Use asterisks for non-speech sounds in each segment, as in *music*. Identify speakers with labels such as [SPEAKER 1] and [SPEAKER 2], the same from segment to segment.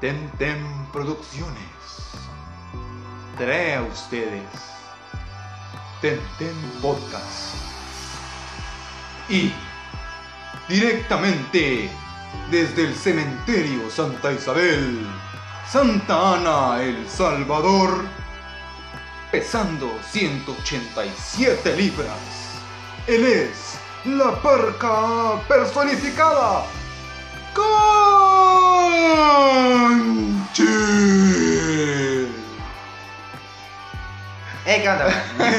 [SPEAKER 1] Tentem Producciones trae a ustedes Tentem Podcast y directamente desde el cementerio Santa Isabel, Santa Ana, El Salvador, pesando 187 libras. Él es la parca personificada.
[SPEAKER 2] *laughs*
[SPEAKER 1] Conchi.
[SPEAKER 3] ¡Ey, Eh, qué onda, man?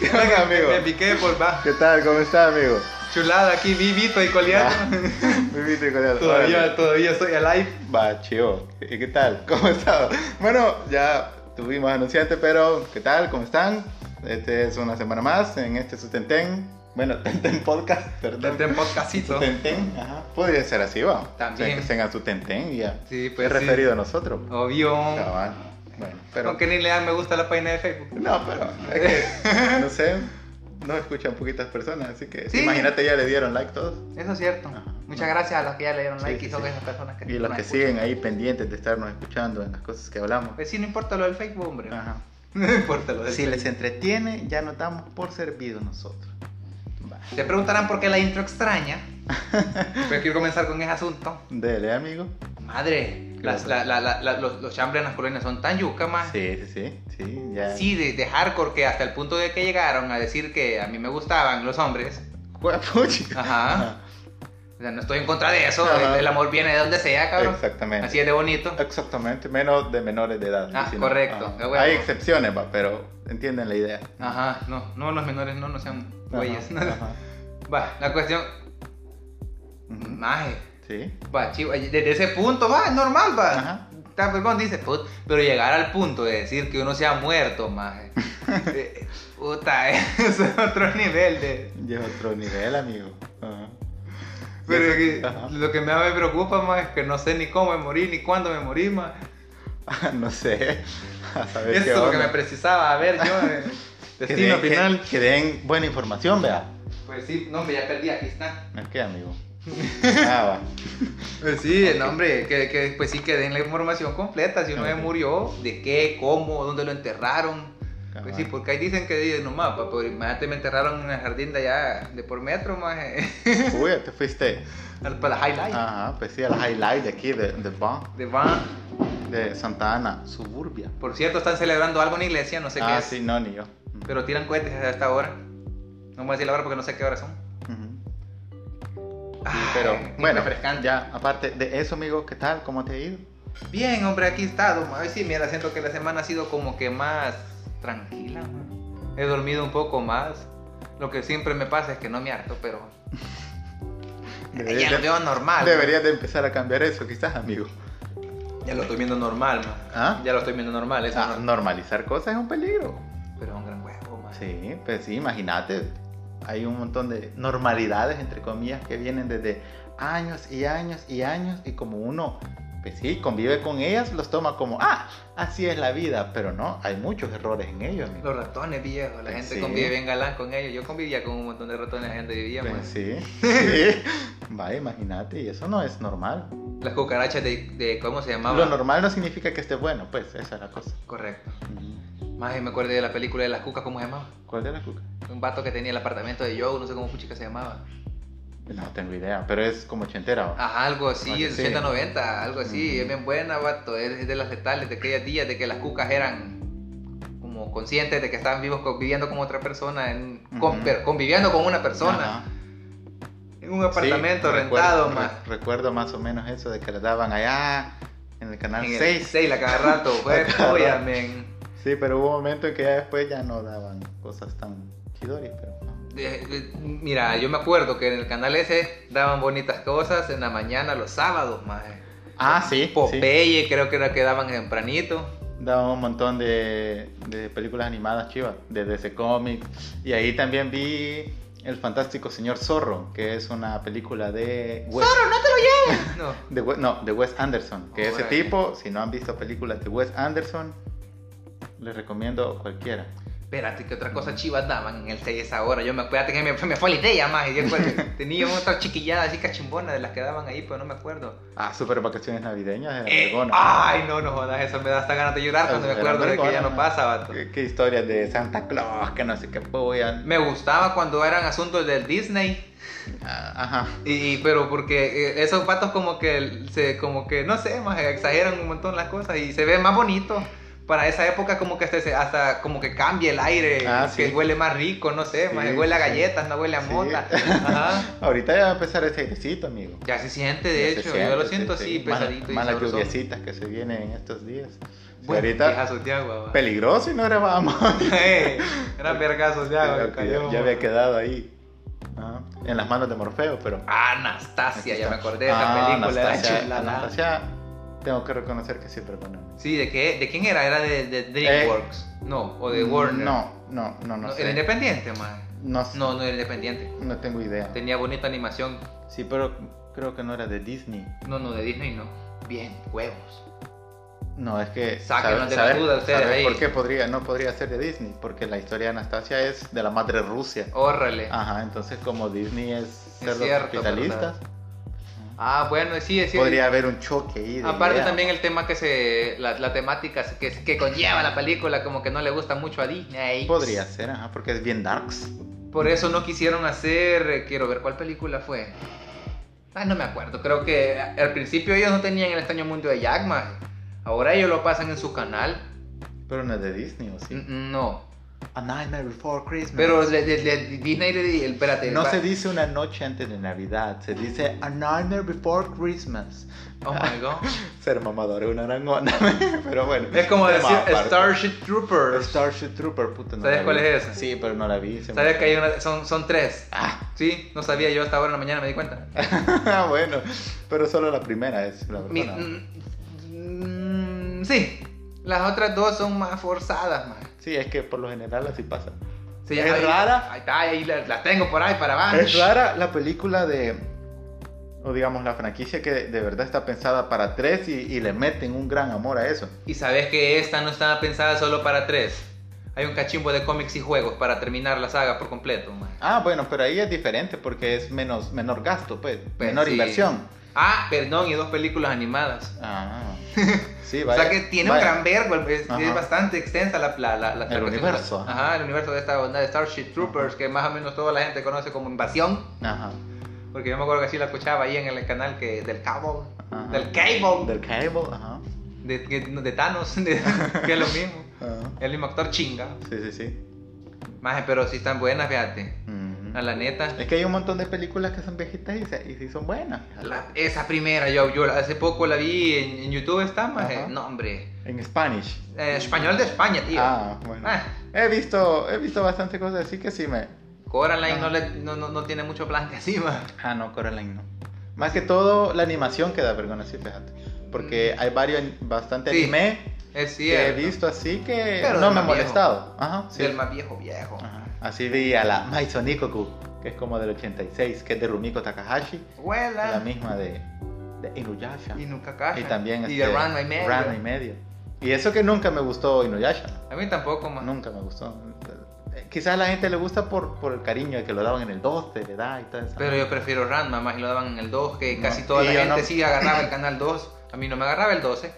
[SPEAKER 2] ¿Qué onda,
[SPEAKER 3] Me-
[SPEAKER 2] amigo?
[SPEAKER 3] Me piqué por va.
[SPEAKER 2] ¿Qué tal? ¿Cómo está, amigo? Ah,
[SPEAKER 3] Chulada aquí, vivito y coleando.
[SPEAKER 2] Muy bien,
[SPEAKER 3] *laughs*
[SPEAKER 2] Nicolás.
[SPEAKER 3] todavía,
[SPEAKER 2] Órale.
[SPEAKER 3] todavía estoy alive.
[SPEAKER 2] Va, chivo. ¿Y qué tal? ¿Cómo está? Bueno, ya tuvimos anunciante, pero ¿qué tal? ¿Cómo están? Este es una semana más en este su Tenten. Bueno, *laughs* Tenten Podcast, perdón.
[SPEAKER 3] Tenten podcastito.
[SPEAKER 2] Tenten, ajá. Podría ser así, va.
[SPEAKER 3] También.
[SPEAKER 2] O sea, Que tengan su Tenten y ya.
[SPEAKER 3] Sí, pues sí.
[SPEAKER 2] Es referido a nosotros.
[SPEAKER 3] Obvio.
[SPEAKER 2] Cabal. Bueno, pero.
[SPEAKER 3] Aunque ni le dan me gusta a la página de Facebook.
[SPEAKER 2] No, pero. Es
[SPEAKER 3] *laughs*
[SPEAKER 2] que, no sé. No escuchan poquitas personas, así que.
[SPEAKER 3] Sí.
[SPEAKER 2] Imagínate, ya le dieron like todos.
[SPEAKER 3] Eso es cierto.
[SPEAKER 2] Ajá.
[SPEAKER 3] Muchas gracias a los que ya le dieron
[SPEAKER 2] Sí,
[SPEAKER 3] like y
[SPEAKER 2] sí,
[SPEAKER 3] son
[SPEAKER 2] sí.
[SPEAKER 3] esas personas que
[SPEAKER 2] Y los
[SPEAKER 3] nos
[SPEAKER 2] que
[SPEAKER 3] escuchan.
[SPEAKER 2] siguen ahí pendientes de estarnos escuchando en las cosas que hablamos.
[SPEAKER 3] Pues sí, no importa lo del Facebook, hombre.
[SPEAKER 2] Ajá.
[SPEAKER 3] *laughs* No importa lo del
[SPEAKER 2] Si
[SPEAKER 3] Facebook.
[SPEAKER 2] les entretiene, ya nos damos por servidos nosotros. Va.
[SPEAKER 3] Se preguntarán por qué la intro
[SPEAKER 2] *laughs*
[SPEAKER 3] extraña. Pero quiero comenzar con ese asunto.
[SPEAKER 2] Dele, amigo.
[SPEAKER 3] Madre,
[SPEAKER 2] ¿Qué
[SPEAKER 3] las-
[SPEAKER 2] pasó?
[SPEAKER 3] la- la- la- la- los, los chambres masculinos son tan yuca, más.
[SPEAKER 2] Sí, sí, sí. Sí, ya.
[SPEAKER 3] Ah. Sí, de, de hardcore que hasta el punto de que llegaron a decir que a mí me gustaban los hombres.
[SPEAKER 2] Guapuchi.
[SPEAKER 3] Ajá. O sea, no estoy en contra de eso.
[SPEAKER 2] Ajá.
[SPEAKER 3] El, el amor viene de donde sea, cabrón.
[SPEAKER 2] Exactamente.
[SPEAKER 3] Así es de bonito.
[SPEAKER 2] Exactamente, menos de menores de edad.
[SPEAKER 3] Ah,
[SPEAKER 2] si no.
[SPEAKER 3] correcto.
[SPEAKER 2] Ajá.
[SPEAKER 3] Ah, bueno.
[SPEAKER 2] Hay excepciones, va, pero entienden la idea.
[SPEAKER 3] Ajá, no, no los menores no, no sean
[SPEAKER 2] Ajá,
[SPEAKER 3] güeyes.
[SPEAKER 2] ajá.
[SPEAKER 3] Va, la cuestión.
[SPEAKER 2] Ujú.
[SPEAKER 3] Maje.
[SPEAKER 2] Sí.
[SPEAKER 3] Va, chivo, desde ese punto, va, es normal, va.
[SPEAKER 2] Ajá.
[SPEAKER 3] Está perdón, dice, put, pero llegar al punto de decir que uno se ha muerto,
[SPEAKER 2] *laughs*
[SPEAKER 3] maje. eh, puta, *laughs* eso es otro nivel de.
[SPEAKER 2] Ya es otro nivel, amigo. Ajá. *laughs*
[SPEAKER 3] Pero es que
[SPEAKER 2] Ajá.
[SPEAKER 3] lo que más me preocupa más es que no sé ni cómo me morí, ni cuándo me morí, más.
[SPEAKER 2] no sé. *laughs* A saber
[SPEAKER 3] Eso
[SPEAKER 2] qué
[SPEAKER 3] es lo que
[SPEAKER 2] onda.
[SPEAKER 3] me precisaba, a ver yo. *laughs* eh,
[SPEAKER 2] Que
[SPEAKER 3] destino
[SPEAKER 2] den- que-
[SPEAKER 3] final.
[SPEAKER 2] Que, den buena información, vea.
[SPEAKER 3] Pues sí, no, hombre, ya perdí, aquí está.
[SPEAKER 2] ¿El qué,
[SPEAKER 3] *laughs*
[SPEAKER 2] amigo? Ah,
[SPEAKER 3] Pues sí, el hombre, que, que pues sí que den la información completa, si uno se
[SPEAKER 2] Ok.
[SPEAKER 3] murió, de qué, cómo, dónde lo enterraron.
[SPEAKER 2] Ah, va.
[SPEAKER 3] Pues sí, porque ahí dicen que dicen, no más, pero imagínate me enterraron en el jardín de allá de por metro, más pues.
[SPEAKER 2] Uy, te fuiste.
[SPEAKER 3] *laughs* para la highlight
[SPEAKER 2] Ajá, pues sí, a la highlight de aquí, de, de Bonn,
[SPEAKER 3] de Van.
[SPEAKER 2] de Santa Ana, suburbia.
[SPEAKER 3] Por cierto, están celebrando algo en la iglesia, no sé qué
[SPEAKER 2] ah,
[SPEAKER 3] es,
[SPEAKER 2] sí, no, ni yo. Ujú.
[SPEAKER 3] pero tiran cohetes a esta hora. No voy a decir la hora porque no sé qué hora son.
[SPEAKER 2] Ujú. Sí,
[SPEAKER 3] Ay,
[SPEAKER 2] pero
[SPEAKER 3] muy
[SPEAKER 2] bueno,
[SPEAKER 3] refrescante.
[SPEAKER 2] ya, aparte de eso, amigo, ¿qué tal? ¿Cómo te ha ido?
[SPEAKER 3] Bien, hombre, aquí he estado. ma. Ay, sí, mira, siento que la semana ha sido como que más tranquila. ma. He dormido un poco más. Lo que siempre me pasa es que no me harto, pero ya lo veo normal. ma.
[SPEAKER 2] Deberías de empezar a cambiar eso, quizás, amigo.
[SPEAKER 3] Ya lo estoy viendo normal, ma.
[SPEAKER 2] ¿Ah?
[SPEAKER 3] Ya lo estoy viendo normal, eso
[SPEAKER 2] Ah,
[SPEAKER 3] no-
[SPEAKER 2] normalizar cosas es un peligro.
[SPEAKER 3] Pero es un gran huevo, ma.
[SPEAKER 2] Sí, pues sí, imagínate. Hay un montón de normalidades, entre comillas, que vienen desde años y años y años y como uno, pues sí, convive con ellas, los toma como, ah, así es la vida, pero no, hay muchos errores en ellos. amigo.
[SPEAKER 3] Los ratones, viejo. La
[SPEAKER 2] Pues
[SPEAKER 3] gente
[SPEAKER 2] sí.
[SPEAKER 3] convive bien galán con ellos. Yo convivía con un montón de ratones, la gente vivía, ma.
[SPEAKER 2] Pues sí, *laughs* sí. Va, imagínate, y eso no es normal.
[SPEAKER 3] Las cucarachas de, de- ¿cómo se llamaba?
[SPEAKER 2] Lo normal no significa que esté bueno, pues esa es la cosa.
[SPEAKER 3] Correcto. Más me acuerdo de la película de las cucas, ¿cómo se llamaba?
[SPEAKER 2] ¿Cuál de la cuca?
[SPEAKER 3] Un vato que tenía el apartamento de Joe, no sé cómo puchica se llamaba.
[SPEAKER 2] No tengo idea, pero es como ochentera. ¿va?
[SPEAKER 3] Ajá, algo así,
[SPEAKER 2] Ah, que
[SPEAKER 3] el
[SPEAKER 2] sí.
[SPEAKER 3] 80-90, algo así,
[SPEAKER 2] Ujú.
[SPEAKER 3] es bien buena, vato, es de las letales de aquellos días de que las cucas eran como conscientes de que estaban vivos conviviendo con otra persona, en, con-
[SPEAKER 2] Ujú.
[SPEAKER 3] pero conviviendo con una persona,
[SPEAKER 2] Ajá.
[SPEAKER 3] en un
[SPEAKER 2] Sí,
[SPEAKER 3] apartamento
[SPEAKER 2] recuerdo-
[SPEAKER 3] rentado,
[SPEAKER 2] re-
[SPEAKER 3] más.
[SPEAKER 2] Recuerdo más o menos eso de que la daban allá en el canal 6.
[SPEAKER 3] Sí, la cada
[SPEAKER 2] *laughs*
[SPEAKER 3] rato, fue
[SPEAKER 2] cada
[SPEAKER 3] polla,
[SPEAKER 2] rato.
[SPEAKER 3] men.
[SPEAKER 2] Sí, pero hubo un momento en que ya después ya no daban cosas tan chidori, pero no.
[SPEAKER 3] Eh, eh, Mira, yo me acuerdo que en el canal ese daban bonitas cosas en la mañana, los sábados, más.
[SPEAKER 2] Ah, sí, sí.
[SPEAKER 3] Popeye, creo que era que daban tempranito.
[SPEAKER 2] Daban un montón de, de películas animadas chivas, de DC Comics. Y ahí también vi El Fantástico Señor Zorro, que es una película de Wes,
[SPEAKER 3] No.
[SPEAKER 2] de Wes- no, de Wes Anderson. Que ese
[SPEAKER 3] Órale.
[SPEAKER 2] tipo, si no han visto películas de Wes Anderson, les recomiendo cualquiera.
[SPEAKER 3] Espérate, que otra cosa chivas daban en el 6 esa hora. Yo me acuerdo que me, me fue la idea más. Y después
[SPEAKER 2] *laughs*
[SPEAKER 3] tenía otra chiquillada así cachimbona de las que daban ahí, pero no me acuerdo.
[SPEAKER 2] Ah, super vacaciones navideñas de la
[SPEAKER 3] Eh,
[SPEAKER 2] Vergona.
[SPEAKER 3] ay, no, no jodas, eso me da hasta ganas de llorar cuando me
[SPEAKER 2] Era
[SPEAKER 3] acuerdo de que ya
[SPEAKER 2] vergona.
[SPEAKER 3] no pasa, vato.
[SPEAKER 2] Qué, qué historias de Santa Claus, que no sé qué pues, puyan.
[SPEAKER 3] Me gustaba cuando eran asuntos del Disney.
[SPEAKER 2] Ajá.
[SPEAKER 3] Y, pero porque eh, esos patos como que se como que no sé más exageran un montón las cosas y se ve más bonito para esa época como que hasta, se- hasta como que cambia el aire
[SPEAKER 2] Ah,
[SPEAKER 3] que
[SPEAKER 2] sí.
[SPEAKER 3] huele más rico no sé
[SPEAKER 2] Sí,
[SPEAKER 3] más huele a
[SPEAKER 2] sí.
[SPEAKER 3] galletas no huele a
[SPEAKER 2] Sí. *laughs*
[SPEAKER 3] mota Ajá.
[SPEAKER 2] Ahorita ya va a empezar ese airecito, amigo.
[SPEAKER 3] ya se siente de
[SPEAKER 2] Ya se
[SPEAKER 3] hecho
[SPEAKER 2] siente,
[SPEAKER 3] yo lo siento
[SPEAKER 2] sí,
[SPEAKER 3] así
[SPEAKER 2] sí. Mala-
[SPEAKER 3] pesadito y
[SPEAKER 2] Malas
[SPEAKER 3] sabroso.
[SPEAKER 2] lluviecitas que se vienen en estos días. Sí,
[SPEAKER 3] bueno,
[SPEAKER 2] ahorita
[SPEAKER 3] vergazos de agua *laughs* va.
[SPEAKER 2] peligroso y no grabamos.
[SPEAKER 3] Eh, eran vergazos de agua
[SPEAKER 2] Pero
[SPEAKER 3] que
[SPEAKER 2] que *laughs* ya,
[SPEAKER 3] cayó,
[SPEAKER 2] ya
[SPEAKER 3] va.
[SPEAKER 2] había quedado ahí. Ajá. En las manos de Morfeo, pero.
[SPEAKER 3] Anastasia ya me acordé de esa
[SPEAKER 2] Ah,
[SPEAKER 3] película era
[SPEAKER 2] Anastasia,
[SPEAKER 3] chulada.
[SPEAKER 2] Anastasia, tengo que reconocer que siempre con
[SPEAKER 3] sí de qué de quién era era de, de DreamWorks no o de Warner
[SPEAKER 2] Eh, mm, No, no, no, no,
[SPEAKER 3] No,
[SPEAKER 2] sé.
[SPEAKER 3] El Independiente, man.
[SPEAKER 2] No, sé,
[SPEAKER 3] No, no era Independiente.
[SPEAKER 2] no tengo idea.
[SPEAKER 3] Tenía bonita animación.
[SPEAKER 2] Sí, pero creo que no era de Disney.
[SPEAKER 3] No, no, de Disney no. Bien, huevos.
[SPEAKER 2] No, es que.
[SPEAKER 3] Sáquenos
[SPEAKER 2] ¿sabe-
[SPEAKER 3] de la
[SPEAKER 2] sabe-
[SPEAKER 3] duda ustedes
[SPEAKER 2] sabe
[SPEAKER 3] ahí.
[SPEAKER 2] ¿Por qué podría, no podría ser de Disney? Porque la historia de Anastasia es de la madre Rusia.
[SPEAKER 3] Órale. Ah,
[SPEAKER 2] Ajá, entonces como Disney es ser los
[SPEAKER 3] cierto,
[SPEAKER 2] capitalistas,
[SPEAKER 3] Ah, bueno, sí, sí.
[SPEAKER 2] podría haber un choque ahí. de
[SPEAKER 3] Aparte
[SPEAKER 2] ideas.
[SPEAKER 3] también el tema que se... La, la temática que, que conlleva la película, como que no le gusta mucho a Disney.
[SPEAKER 2] Podría ser, ajá, porque es bien darks.
[SPEAKER 3] Por eso no quisieron hacer... eh, Quiero ver cuál película fue. Ah, no me acuerdo. Creo que al principio ellos no tenían el extraño mundo de Jack, man. Ahora ellos lo pasan en su canal.
[SPEAKER 2] Pero no es de Disney, ¿o sí?
[SPEAKER 3] N- No.
[SPEAKER 2] A Nightmare Before Christmas.
[SPEAKER 3] Mm. Pero le- le- le- Disney le di- Espérate.
[SPEAKER 2] no
[SPEAKER 3] va-
[SPEAKER 2] se dice una noche antes de Navidad, se dice A Nightmare Before Christmas.
[SPEAKER 3] Oh my god.
[SPEAKER 2] Ser mamador es una arangona, *laughs* pero bueno.
[SPEAKER 3] *laughs* Es como
[SPEAKER 2] tema
[SPEAKER 3] decir
[SPEAKER 2] aparte.
[SPEAKER 3] Starship Troopers.
[SPEAKER 2] Starship Trooper, puta. no
[SPEAKER 3] ¿Sabes
[SPEAKER 2] la
[SPEAKER 3] cuál
[SPEAKER 2] vi.
[SPEAKER 3] es esa?
[SPEAKER 2] Sí, pero no la vi. se me-
[SPEAKER 3] ¿Sabes que hay una, son, son tres?
[SPEAKER 2] Ah,
[SPEAKER 3] Sí, no sabía yo hasta ahora en la mañana, me di cuenta.
[SPEAKER 2] *laughs* bueno, pero solo la primera es la
[SPEAKER 3] Mi-
[SPEAKER 2] verdad.
[SPEAKER 3] mm, mm, sí, las otras dos son más forzadas, más.
[SPEAKER 2] Sí, es que por lo general así pasa.
[SPEAKER 3] Sí,
[SPEAKER 2] ¿Es
[SPEAKER 3] ahí-
[SPEAKER 2] rara?
[SPEAKER 3] Ahí está, ahí las las tengo por ahí para abajo.
[SPEAKER 2] Es rara la película de, o digamos, la franquicia que de verdad está pensada para tres y, y le meten un gran amor a eso.
[SPEAKER 3] Y sabes que esta no estaba pensada solo para tres. Hay un cachimbo de cómics y juegos para terminar la saga por completo, más.
[SPEAKER 2] Ah, bueno, pero ahí es diferente porque es menos, menor gasto, pues,
[SPEAKER 3] Pues,
[SPEAKER 2] menor
[SPEAKER 3] sí.
[SPEAKER 2] inversión.
[SPEAKER 3] *laughs* Ah, perdón, y dos películas animadas.
[SPEAKER 2] Ah, sí,
[SPEAKER 3] O
[SPEAKER 2] vaya.
[SPEAKER 3] sea que tiene
[SPEAKER 2] vaya.
[SPEAKER 3] un gran vergo, es, es
[SPEAKER 2] Ajá.
[SPEAKER 3] bastante extensa la, la, la, la-
[SPEAKER 2] El
[SPEAKER 3] la-
[SPEAKER 2] universo, ajá.
[SPEAKER 3] Ajá, el universo de esta onda de Starship Troopers, que más o menos toda la gente conoce como Invasión,
[SPEAKER 2] Ajá.
[SPEAKER 3] porque yo me acuerdo que sí la escuchaba ahí en el canal que del cable,
[SPEAKER 2] Ajá.
[SPEAKER 3] del cable,
[SPEAKER 2] Del cable, ajá.
[SPEAKER 3] de, que- de Thanos,
[SPEAKER 2] *laughs*
[SPEAKER 3] de- que es lo mismo,
[SPEAKER 2] Ajá.
[SPEAKER 3] el mismo actor chinga.
[SPEAKER 2] Sí, sí, sí.
[SPEAKER 3] Maje, pero sí están buenas, fíjate,
[SPEAKER 2] Ujú.
[SPEAKER 3] a la neta.
[SPEAKER 2] Es que hay un montón de películas que son viejitas y, se- y sí son buenas.
[SPEAKER 3] la- esa primera, yo, yo hace poco la vi en, en YouTube, está, maje,
[SPEAKER 2] Ajá.
[SPEAKER 3] no hombre,
[SPEAKER 2] En Spanish.
[SPEAKER 3] Eh, español de España, tío.
[SPEAKER 2] Ah, bueno.
[SPEAKER 3] Ah.
[SPEAKER 2] He visto, he visto bastante cosas así que sí me.
[SPEAKER 3] Coraline
[SPEAKER 2] Ajá.
[SPEAKER 3] no, le, no, no, no tiene mucho plan que encima.
[SPEAKER 2] Ah, no, Coraline no. Más que todo la animación que da vergüenza, sí, fíjate. Porque hay varios, bastante
[SPEAKER 3] Sí,
[SPEAKER 2] anime
[SPEAKER 3] Es cierto.
[SPEAKER 2] que he visto así que
[SPEAKER 3] Pero
[SPEAKER 2] no
[SPEAKER 3] del
[SPEAKER 2] me ha
[SPEAKER 3] más viejo.
[SPEAKER 2] molestado. Ajá, sí.
[SPEAKER 3] Del más viejo, viejo.
[SPEAKER 2] Ajá. Así vi a la Maisonikoku, que es como del 86, que es de Rumiko Takahashi, la
[SPEAKER 3] Huela.
[SPEAKER 2] misma de, de Inuyasha.
[SPEAKER 3] Y nunca caja.
[SPEAKER 2] Y también
[SPEAKER 3] Y
[SPEAKER 2] este,
[SPEAKER 3] de Ranma y medio.
[SPEAKER 2] Ranma y medio. Y eso que nunca me gustó Inuyasha.
[SPEAKER 3] A mí tampoco, man.
[SPEAKER 2] Nunca me gustó. Eh, Quizás a la gente le gusta por, por el cariño que lo daban en el 2, de edad y todo eso.
[SPEAKER 3] Pero yo prefiero Ranma, más y lo daban en el 2, que
[SPEAKER 2] No.
[SPEAKER 3] casi toda
[SPEAKER 2] Y
[SPEAKER 3] la
[SPEAKER 2] yo
[SPEAKER 3] gente
[SPEAKER 2] no-
[SPEAKER 3] sí agarraba el canal 2. A mí no me agarraba el 12.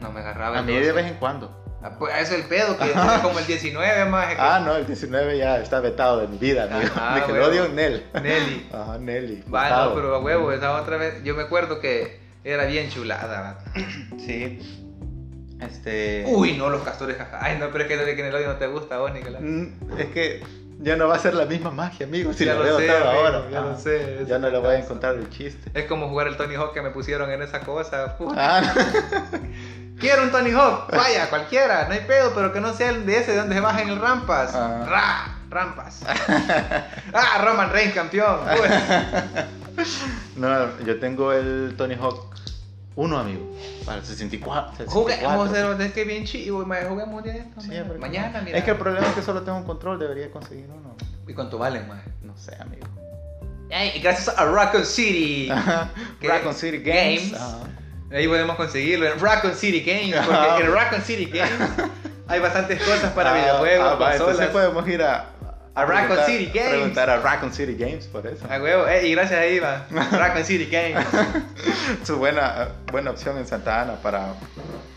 [SPEAKER 3] No me agarraba
[SPEAKER 2] Ah. a
[SPEAKER 3] el
[SPEAKER 2] mí
[SPEAKER 3] 12.
[SPEAKER 2] de vez en cuando.
[SPEAKER 3] Ah, pues, es el pedo, que es como el 19, más.
[SPEAKER 2] Ah, no, el 19 ya está vetado de mi vida, amigo. *laughs*
[SPEAKER 3] Ajá,
[SPEAKER 2] Nickelodeon,
[SPEAKER 3] huevo.
[SPEAKER 2] Nel. *laughs*
[SPEAKER 3] Nelly.
[SPEAKER 2] Ajá, Nelly.
[SPEAKER 3] Va, no,
[SPEAKER 2] vetado.
[SPEAKER 3] pero a huevo, esa otra vez. Yo me acuerdo que era bien chulada. va.
[SPEAKER 2] Sí. Este.
[SPEAKER 3] Uy, no, los castores, jaja. Ay, no, pero es que desde que en el odio no te gusta a vos, Nicolás.
[SPEAKER 2] Mm, Es que ya no va a ser la misma magia, amigo, si
[SPEAKER 3] Ya
[SPEAKER 2] la
[SPEAKER 3] lo
[SPEAKER 2] veo
[SPEAKER 3] sé,
[SPEAKER 2] todo
[SPEAKER 3] amigo,
[SPEAKER 2] ahora.
[SPEAKER 3] ya lo
[SPEAKER 2] Ah,
[SPEAKER 3] sé,
[SPEAKER 2] Ya
[SPEAKER 3] eso
[SPEAKER 2] no
[SPEAKER 3] me
[SPEAKER 2] le voy a
[SPEAKER 3] cansa.
[SPEAKER 2] encontrar el chiste.
[SPEAKER 3] Es como jugar el Tony Hawk que me pusieron en esa cosa. Puta.
[SPEAKER 2] Ah,
[SPEAKER 3] Quiero un Tony Hawk, vaya, cualquiera, no hay pedo, pero que no sea el de ese de donde se bajan el rampas.
[SPEAKER 2] Ah.
[SPEAKER 3] Ra, rampas. *laughs* ah, Roman Reigns, campeón.
[SPEAKER 2] *laughs*
[SPEAKER 3] Pues,
[SPEAKER 2] no, yo tengo el Tony Hawk 1, amigo. Para el 64. 64.
[SPEAKER 3] juguemos, pero es que bien chivo, ma, juguemos de esto.
[SPEAKER 2] Sí,
[SPEAKER 3] ma.
[SPEAKER 2] porque-
[SPEAKER 3] Mañana, mira.
[SPEAKER 2] Es que el problema es que solo tengo un control, debería conseguir uno.
[SPEAKER 3] ¿Y cuánto valen, más?
[SPEAKER 2] No sé, amigo.
[SPEAKER 3] gracias a Raccoon
[SPEAKER 2] *laughs*
[SPEAKER 3] City. ¿Qué?
[SPEAKER 2] Raccoon City Games. Ah.
[SPEAKER 3] Games.
[SPEAKER 2] Ajá.
[SPEAKER 3] Ahí podemos conseguirlo en Raccoon City Games, porque
[SPEAKER 2] Ajá. *laughs*
[SPEAKER 3] en Raccoon City Games Hay bastantes cosas para
[SPEAKER 2] Ah,
[SPEAKER 3] videojuegos,
[SPEAKER 2] ah, va, entonces
[SPEAKER 3] consolas.
[SPEAKER 2] podemos ir a...
[SPEAKER 3] A Raccoon
[SPEAKER 2] preguntar-
[SPEAKER 3] City Games.
[SPEAKER 2] Preguntar a Raccoon City Games
[SPEAKER 3] *laughs*
[SPEAKER 2] por eso.
[SPEAKER 3] A huevo, eh, y gracias a
[SPEAKER 2] *laughs*
[SPEAKER 3] Iva. Raccoon City Games.
[SPEAKER 2] Es buena, buena opción en Santa Ana para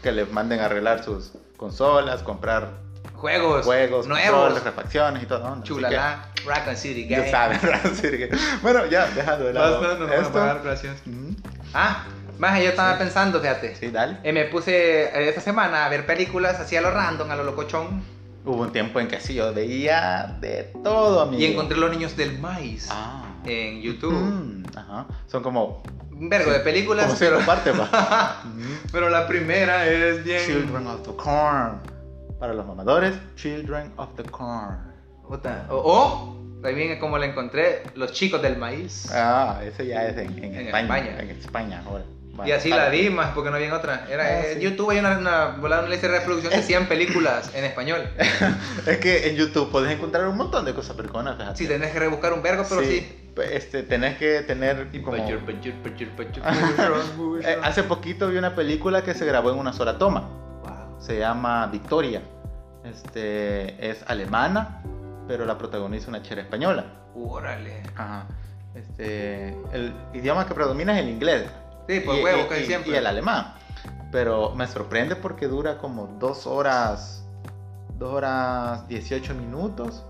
[SPEAKER 2] que les manden a arreglar sus consolas, comprar
[SPEAKER 3] Juegos,
[SPEAKER 2] juegos,
[SPEAKER 3] nuevos.
[SPEAKER 2] controles, refacciones y todo. ¿no? Así
[SPEAKER 3] Chulalá, Raccoon City
[SPEAKER 2] que
[SPEAKER 3] Games.
[SPEAKER 2] Ya saben, *laughs* Raccoon City Games. Bueno, ya, dejando de lado
[SPEAKER 3] No, no, no, no,
[SPEAKER 2] esto.
[SPEAKER 3] pagar, gracias.
[SPEAKER 2] Mm,
[SPEAKER 3] Ah, más yo estaba pensando, fíjate.
[SPEAKER 2] Sí, dale.
[SPEAKER 3] Eh, me puse eh, esta semana a ver películas así a lo random, a lo locochón.
[SPEAKER 2] Hubo un tiempo en que sí, yo veía de todo, amigo.
[SPEAKER 3] Y encontré Eh, Los Niños del Maíz
[SPEAKER 2] Ah.
[SPEAKER 3] en YouTube.
[SPEAKER 2] Mm, ajá. Son como,
[SPEAKER 3] Un vergo de películas.
[SPEAKER 2] como
[SPEAKER 3] pero,
[SPEAKER 2] cero
[SPEAKER 3] *laughs*
[SPEAKER 2] partes, va. Mm.
[SPEAKER 3] pero la primera es bien.
[SPEAKER 2] Children of the Corn. Para los mamadores, Children of the Corn.
[SPEAKER 3] Puta, O, o, también como la encontré, Los Chicos del Maíz.
[SPEAKER 2] Ah, ese ya es en, en
[SPEAKER 3] En
[SPEAKER 2] España,
[SPEAKER 3] España.
[SPEAKER 2] En España, ahora. Bueno,
[SPEAKER 3] y así
[SPEAKER 2] para-
[SPEAKER 3] la vi más porque no había otra. Era
[SPEAKER 2] Ah,
[SPEAKER 3] eh,
[SPEAKER 2] sí.
[SPEAKER 3] YouTube hay una, una, volada, una lista de reproducción de 100 películas en
[SPEAKER 2] *laughs*
[SPEAKER 3] español.
[SPEAKER 2] Es que en YouTube podés encontrar un montón de cosas perconas, fíjate.
[SPEAKER 3] Sí, tenés que rebuscar un vergo, pero sí. pues
[SPEAKER 2] Este, tenés que tener como...
[SPEAKER 3] Pachur, pachur, pachur, *laughs* pachur, pachur.
[SPEAKER 2] Eh, hace poquito vi una película que se grabó en una sola toma.
[SPEAKER 3] Wow.
[SPEAKER 2] se llama Victoria. Este, es alemana, pero la protagoniza una chera española.
[SPEAKER 3] Órale.
[SPEAKER 2] Ajá. Este, el idioma que predomina es el inglés.
[SPEAKER 3] Sí, por
[SPEAKER 2] Y-
[SPEAKER 3] huevo,
[SPEAKER 2] y-
[SPEAKER 3] casi
[SPEAKER 2] y-
[SPEAKER 3] siempre.
[SPEAKER 2] Y el alemán. Pero me sorprende porque dura como dos horas, dos horas 18 minutos.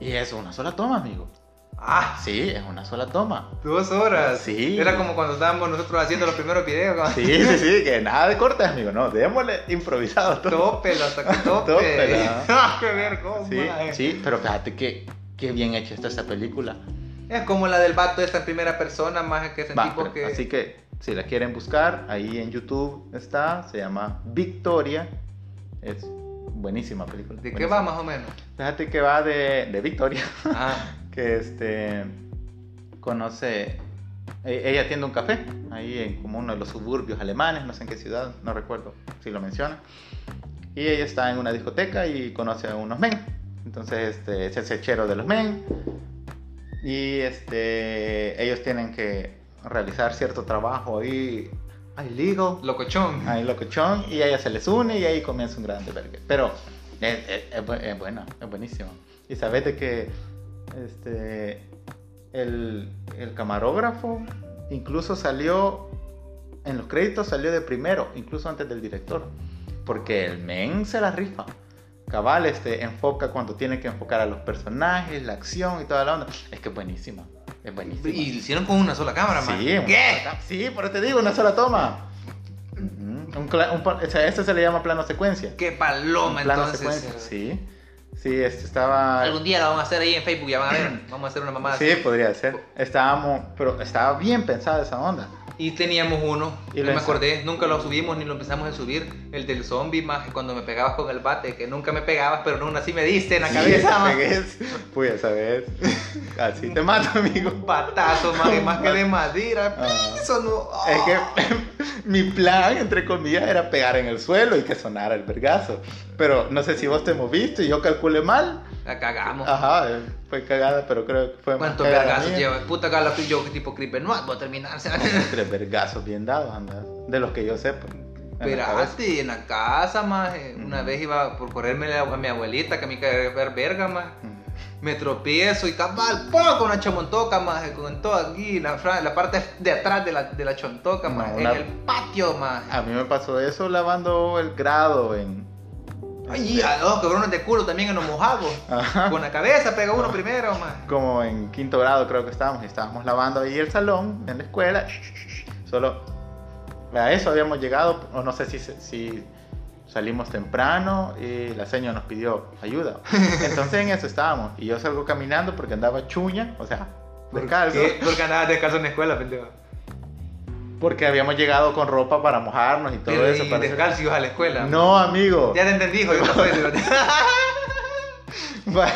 [SPEAKER 2] Y es una sola toma, amigo.
[SPEAKER 3] Ah,
[SPEAKER 2] Sí, es una sola toma.
[SPEAKER 3] dos horas.
[SPEAKER 2] Sí.
[SPEAKER 3] Era como cuando estábamos nosotros haciendo los primeros videos. como,
[SPEAKER 2] Sí, sí, sí, que nada de cortes, amigo. No, démosle improvisado todo.
[SPEAKER 3] Tópelo,
[SPEAKER 2] *laughs*
[SPEAKER 3] hasta que *laughs* tope.
[SPEAKER 2] Tópela.
[SPEAKER 3] *laughs* Ah, qué vergüenza.
[SPEAKER 2] Sí, sí, pero fíjate que qué bien hecha está esta película.
[SPEAKER 3] Es como la del vato esta en primera persona, más que ese
[SPEAKER 2] Va,
[SPEAKER 3] tipo
[SPEAKER 2] pero-
[SPEAKER 3] que.
[SPEAKER 2] Así que si la quieren buscar, ahí en YouTube está, se llama Victoria. Es buenísima película.
[SPEAKER 3] ¿De qué
[SPEAKER 2] buenísima.
[SPEAKER 3] va más o
[SPEAKER 2] *laughs*
[SPEAKER 3] menos?
[SPEAKER 2] Fíjate que va de, de Victoria,
[SPEAKER 3] Ah,
[SPEAKER 2] que este conoce, e- ella tiende un café ahí en como uno de los suburbios alemanes, no sé en qué ciudad, no recuerdo si lo menciona. Y ella está en una discoteca y conoce a unos men. Entonces este, es el sechero de los men. Y este, ellos tienen que realizar cierto trabajo ahí, ahí legal,
[SPEAKER 3] locochón.
[SPEAKER 2] ahí locochón. Y ella se les une y ahí comienza un gran verga. Pero es, es- es bu- es buena, es buenísima. Y sabes de que este, el, el camarógrafo incluso salió, en los créditos salió de primero, incluso antes del director. Porque el men se la rifa. Cabal este, enfoca cuando tiene que enfocar a los personajes, la acción y toda la onda. Es que es buenísima. Es buenísima.
[SPEAKER 3] Y lo hicieron con una sola cámara, man.
[SPEAKER 2] Sí, una
[SPEAKER 3] ¿Qué?
[SPEAKER 2] sola- Sí, pero te digo, una sola toma. Ujú. Un cla- un pa- o sea, esto se le llama plano secuencia.
[SPEAKER 3] Qué
[SPEAKER 2] Un
[SPEAKER 3] paloma,
[SPEAKER 2] plano
[SPEAKER 3] entonces.
[SPEAKER 2] secuencia,
[SPEAKER 3] eh.
[SPEAKER 2] sí. Sí, este estaba.
[SPEAKER 3] Algún día la van a hacer ahí en Facebook, ya van a
[SPEAKER 2] *clears throat*
[SPEAKER 3] ver. Vamos a hacer una mamada.
[SPEAKER 2] Sí, podría ser. Estábamos, pero estaba bien pensada esa onda.
[SPEAKER 3] Y teníamos uno,
[SPEAKER 2] Y
[SPEAKER 3] no
[SPEAKER 2] lo
[SPEAKER 3] me
[SPEAKER 2] ensa-
[SPEAKER 3] acordé, nunca lo subimos ni lo empezamos a subir. El del zombie, más que cuando me pegabas con el bate, que nunca me pegabas, pero aún así me diste en la cabeza, más.
[SPEAKER 2] Pues ya sabes. Así te mato, amigo.
[SPEAKER 3] Un batazo, más, y más que de madera.
[SPEAKER 2] Ah.
[SPEAKER 3] Eso no. ah.
[SPEAKER 2] Es que *laughs* mi plan, entre comillas, era pegar en el suelo y que sonara el vergazo. Pero no sé si vos te moviste y yo calculé mal.
[SPEAKER 3] La cagamos.
[SPEAKER 2] Ajá, eh, fue cagada, pero creo que fue más
[SPEAKER 3] ¿Cuántos
[SPEAKER 2] cagada
[SPEAKER 3] vergazos
[SPEAKER 2] mía.
[SPEAKER 3] lleva? Puta que la- yo que tipo creeper, no voy a terminar. o sea,
[SPEAKER 2] Tres vergazos bien dados, anda. De los que yo sepa. En la
[SPEAKER 3] ah.
[SPEAKER 2] cabeza.
[SPEAKER 3] Esperaste en la casa, más. eh, Una
[SPEAKER 2] Ujú.
[SPEAKER 3] vez iba por correrme la- a mi abuelita, que a mí quería ver verga, más. Me tropiezo y cabal, ¡pum! con una chamontoca más, eh, con todo aquí, la, fra- la parte de atrás de la, de la chontoca más,
[SPEAKER 2] No,
[SPEAKER 3] en
[SPEAKER 2] la-
[SPEAKER 3] el patio más.
[SPEAKER 2] A mí me pasó eso lavando el grado en.
[SPEAKER 3] Ay, a los quebrones de culo también en los mojados.
[SPEAKER 2] Ajá.
[SPEAKER 3] Con la cabeza pega uno primero más.
[SPEAKER 2] como en quinto grado creo que estábamos, y estábamos lavando ahí el salón en la escuela. Solo a eso habíamos llegado, o no sé si, si salimos temprano y la señora nos pidió
[SPEAKER 3] *laughs*
[SPEAKER 2] ayuda. Entonces en eso estábamos y yo salgo caminando porque andaba chuña, o sea, descalzo,
[SPEAKER 3] qué? Porque andabas descalzo en la escuela, pendejo.
[SPEAKER 2] porque habíamos llegado con ropa para mojarnos y todo
[SPEAKER 3] Pero
[SPEAKER 2] eso.
[SPEAKER 3] y
[SPEAKER 2] para-
[SPEAKER 3] descalzo ibas a la escuela.
[SPEAKER 2] No, amigo.
[SPEAKER 3] Ya te entendí, hijo, yo no soy de-
[SPEAKER 2] *laughs* Va-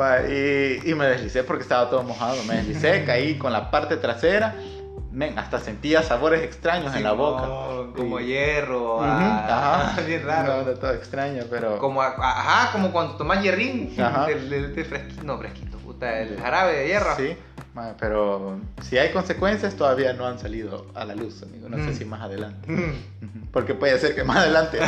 [SPEAKER 2] va, y, y me deslicé porque estaba todo mojado. Me deslicé, caí con la parte trasera. Men, hasta sentía sabores extraños *laughs* en la boca.
[SPEAKER 3] Como- *laughs* Como
[SPEAKER 2] Y-
[SPEAKER 3] hierro,
[SPEAKER 2] Ujú,
[SPEAKER 3] ah, *laughs*
[SPEAKER 2] ajá.
[SPEAKER 3] bien raro.
[SPEAKER 2] Una onda todo extraño, pero.
[SPEAKER 3] Como, a- a- ajá, como cuando tomás hierrín *laughs*
[SPEAKER 2] Ajá.
[SPEAKER 3] del, del- del fresquito, no fresquito, puta, el jarabe de hierro.
[SPEAKER 2] Sí, Ma, Pero si hay consecuencias, todavía no han salido a la luz, amigo. No sé
[SPEAKER 3] Mm.
[SPEAKER 2] si más adelante. Ujú. Porque puede ser que
[SPEAKER 3] *laughs*
[SPEAKER 2] más adelante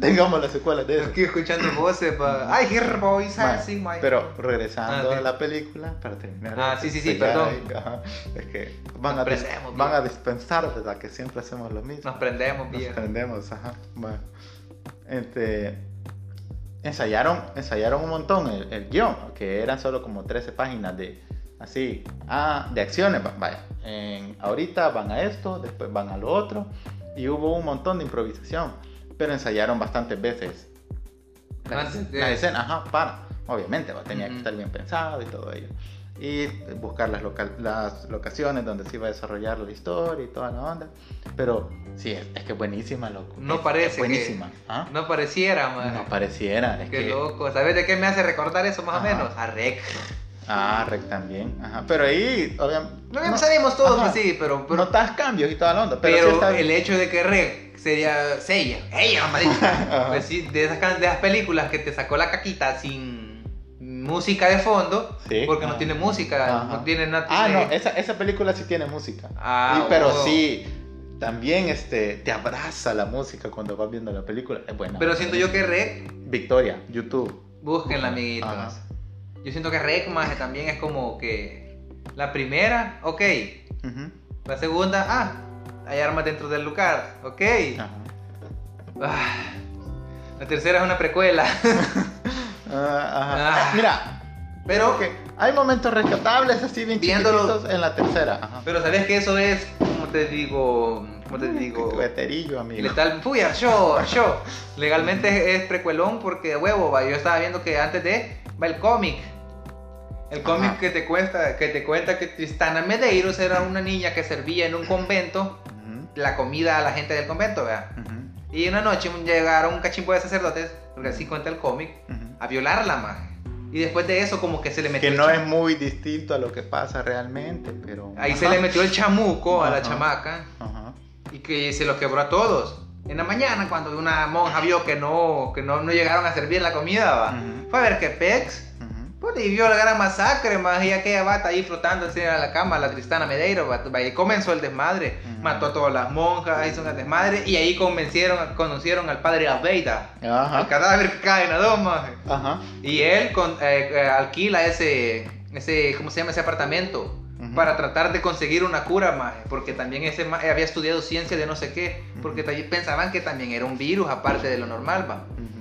[SPEAKER 2] tengamos las secuelas de eso.
[SPEAKER 3] Aquí escuchando voces, pa... ¡Ay, here boys!
[SPEAKER 2] Ma,
[SPEAKER 3] Ah, sí, my...
[SPEAKER 2] Pero regresando
[SPEAKER 3] Ah, ok.
[SPEAKER 2] a la película, para terminar.
[SPEAKER 3] Ah,
[SPEAKER 2] esto,
[SPEAKER 3] sí, sí, sí,
[SPEAKER 2] ya,
[SPEAKER 3] perdón.
[SPEAKER 2] ajá, es que van a,
[SPEAKER 3] Nos
[SPEAKER 2] dis-
[SPEAKER 3] prendemos,
[SPEAKER 2] van
[SPEAKER 3] bien.
[SPEAKER 2] a dispensar, ¿verdad? Que siempre hacemos lo mismo.
[SPEAKER 3] Nos prendemos
[SPEAKER 2] Nos
[SPEAKER 3] bien.
[SPEAKER 2] prendemos, ajá. Bueno, este, ensayaron, ensayaron un montón el, el guión, que eran solo como 13 páginas de así, ah, de acciones, va- vaya. En- ahorita van a esto, después van a lo otro, y hubo un montón de improvisación, pero ensayaron bastantes veces la,
[SPEAKER 3] Antes de-
[SPEAKER 2] la escena, ajá, para. Obviamente, va, tenía que
[SPEAKER 3] Ujú.
[SPEAKER 2] estar bien pensado y todo ello. Y buscar las, loca- las locaciones donde se iba a desarrollar la historia y toda la onda. Pero sí, es, es que buenísima, loco.
[SPEAKER 3] No
[SPEAKER 2] Es- es
[SPEAKER 3] parece que-
[SPEAKER 2] buenísima. ¿ah?
[SPEAKER 3] No pareciera,
[SPEAKER 2] No,
[SPEAKER 3] man.
[SPEAKER 2] pareciera. Es
[SPEAKER 3] Qué
[SPEAKER 2] que,
[SPEAKER 3] loco. ¿Sabes de qué me hace recordar eso más
[SPEAKER 2] Ajá.
[SPEAKER 3] o menos? A Rec.
[SPEAKER 2] Ah, Rec también. Ajá. Pero ahí, obviamente.
[SPEAKER 3] No, ya sabemos todos
[SPEAKER 2] ajá,
[SPEAKER 3] así, pero, pero,
[SPEAKER 2] Notas cambios y toda la onda. Pero,
[SPEAKER 3] pero
[SPEAKER 2] sí está-
[SPEAKER 3] el hecho de que Rec sería Seiya. ¡Ella,
[SPEAKER 2] *laughs*
[SPEAKER 3] maldita!
[SPEAKER 2] Ajá.
[SPEAKER 3] pues sí, de esas, can- de esas películas que te sacó la caquita sin música de fondo,
[SPEAKER 2] Sí.
[SPEAKER 3] porque no
[SPEAKER 2] Ajá.
[SPEAKER 3] tiene música,
[SPEAKER 2] Ajá.
[SPEAKER 3] no tiene nada.
[SPEAKER 2] Ah, no, esa, esa película sí tiene música.
[SPEAKER 3] Ah,
[SPEAKER 2] Y- pero
[SPEAKER 3] wow.
[SPEAKER 2] sí, también este, te abraza la música cuando vas viendo la película. Es buena.
[SPEAKER 3] Pero siento yo que Rec,
[SPEAKER 2] Victoria, YouTube.
[SPEAKER 3] búsquenla, amiguitos.
[SPEAKER 2] Ajá.
[SPEAKER 3] Yo siento que Rec más también es como que la primera, ok.
[SPEAKER 2] Ujú.
[SPEAKER 3] La segunda, ah, hay armas dentro del lugar, ok.
[SPEAKER 2] Ajá.
[SPEAKER 3] Ah, la tercera es una precuela. *laughs*
[SPEAKER 2] Ah, ajá.
[SPEAKER 3] Ah.
[SPEAKER 2] Mira,
[SPEAKER 3] Pero,
[SPEAKER 2] que hay momentos rescatables así bien
[SPEAKER 3] Viéndolo-
[SPEAKER 2] chiquititos en la tercera. Ajá.
[SPEAKER 3] pero sabes que eso es, como te digo, como
[SPEAKER 2] Mm,
[SPEAKER 3] te digo,
[SPEAKER 2] Cueterillo, amigo.
[SPEAKER 3] letal. Fuya, yo, yo. Legalmente es, es precuelón porque, huevo, va. Yo estaba viendo que antes de va el cómic. El cómic
[SPEAKER 2] Ajá.
[SPEAKER 3] que te cuenta, que te cuenta que Tristana Medeiros era una niña que servía en un convento
[SPEAKER 2] Ujú,
[SPEAKER 3] la comida a la gente del convento, vea.
[SPEAKER 2] ujú,
[SPEAKER 3] Y una noche llegaron un cachimbo de sacerdotes, porque así cuenta el cómic,
[SPEAKER 2] ujú.
[SPEAKER 3] a violarla más. Y después de eso, como que se le metió.
[SPEAKER 2] Que
[SPEAKER 3] el
[SPEAKER 2] no
[SPEAKER 3] cha-
[SPEAKER 2] es muy distinto a lo que pasa realmente, pero.
[SPEAKER 3] Ahí
[SPEAKER 2] ajá.
[SPEAKER 3] se le metió el chamuco a la
[SPEAKER 2] Ajá.
[SPEAKER 3] chamaca
[SPEAKER 2] Ajá.
[SPEAKER 3] y que se los quebró a todos. En la mañana, cuando una monja vio que no, que no, no llegaron a servir la comida, va,
[SPEAKER 2] Ujú.
[SPEAKER 3] fue a ver que Pex.
[SPEAKER 2] Ujú.
[SPEAKER 3] Pues, y vio la gran masacre, más y aquella bata ahí flotando encima de la cama, la Tristana Medeiro, va, va, y comenzó el desmadre,
[SPEAKER 2] Ujú.
[SPEAKER 3] mató a todas las monjas, hizo un desmadre, y ahí convencieron, conocieron al padre Albeida, al
[SPEAKER 2] Ajá.
[SPEAKER 3] cadáver que cae en la doma.
[SPEAKER 2] Ajá.
[SPEAKER 3] Y él con- eh, eh, alquila ese, ese, ¿cómo se llama? Ese apartamento
[SPEAKER 2] Ujú.
[SPEAKER 3] para tratar de conseguir una cura, maje, porque también ese maje había estudiado ciencia de no sé qué, porque
[SPEAKER 2] Ujú.
[SPEAKER 3] también pensaban que también era un virus aparte de lo normal, va.
[SPEAKER 2] Ujú.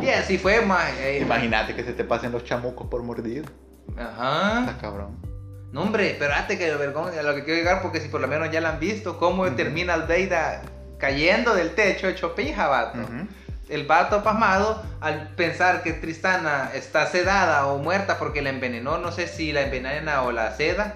[SPEAKER 3] Y así fue, maje. eh,
[SPEAKER 2] Imagínate que se te pasen los chamucos por mordido. Está
[SPEAKER 3] Ajá.
[SPEAKER 2] cabrón.
[SPEAKER 3] No, hombre, espérate que lo vergón, a lo que quiero llegar, porque si por lo menos ya la han visto, cómo
[SPEAKER 2] Ujú.
[SPEAKER 3] termina Aldeida cayendo del techo hecho pija, vato.
[SPEAKER 2] Ujú.
[SPEAKER 3] El vato pasmado, al pensar que Tristana está sedada o muerta porque la envenenó, no sé si la envenena o la seda,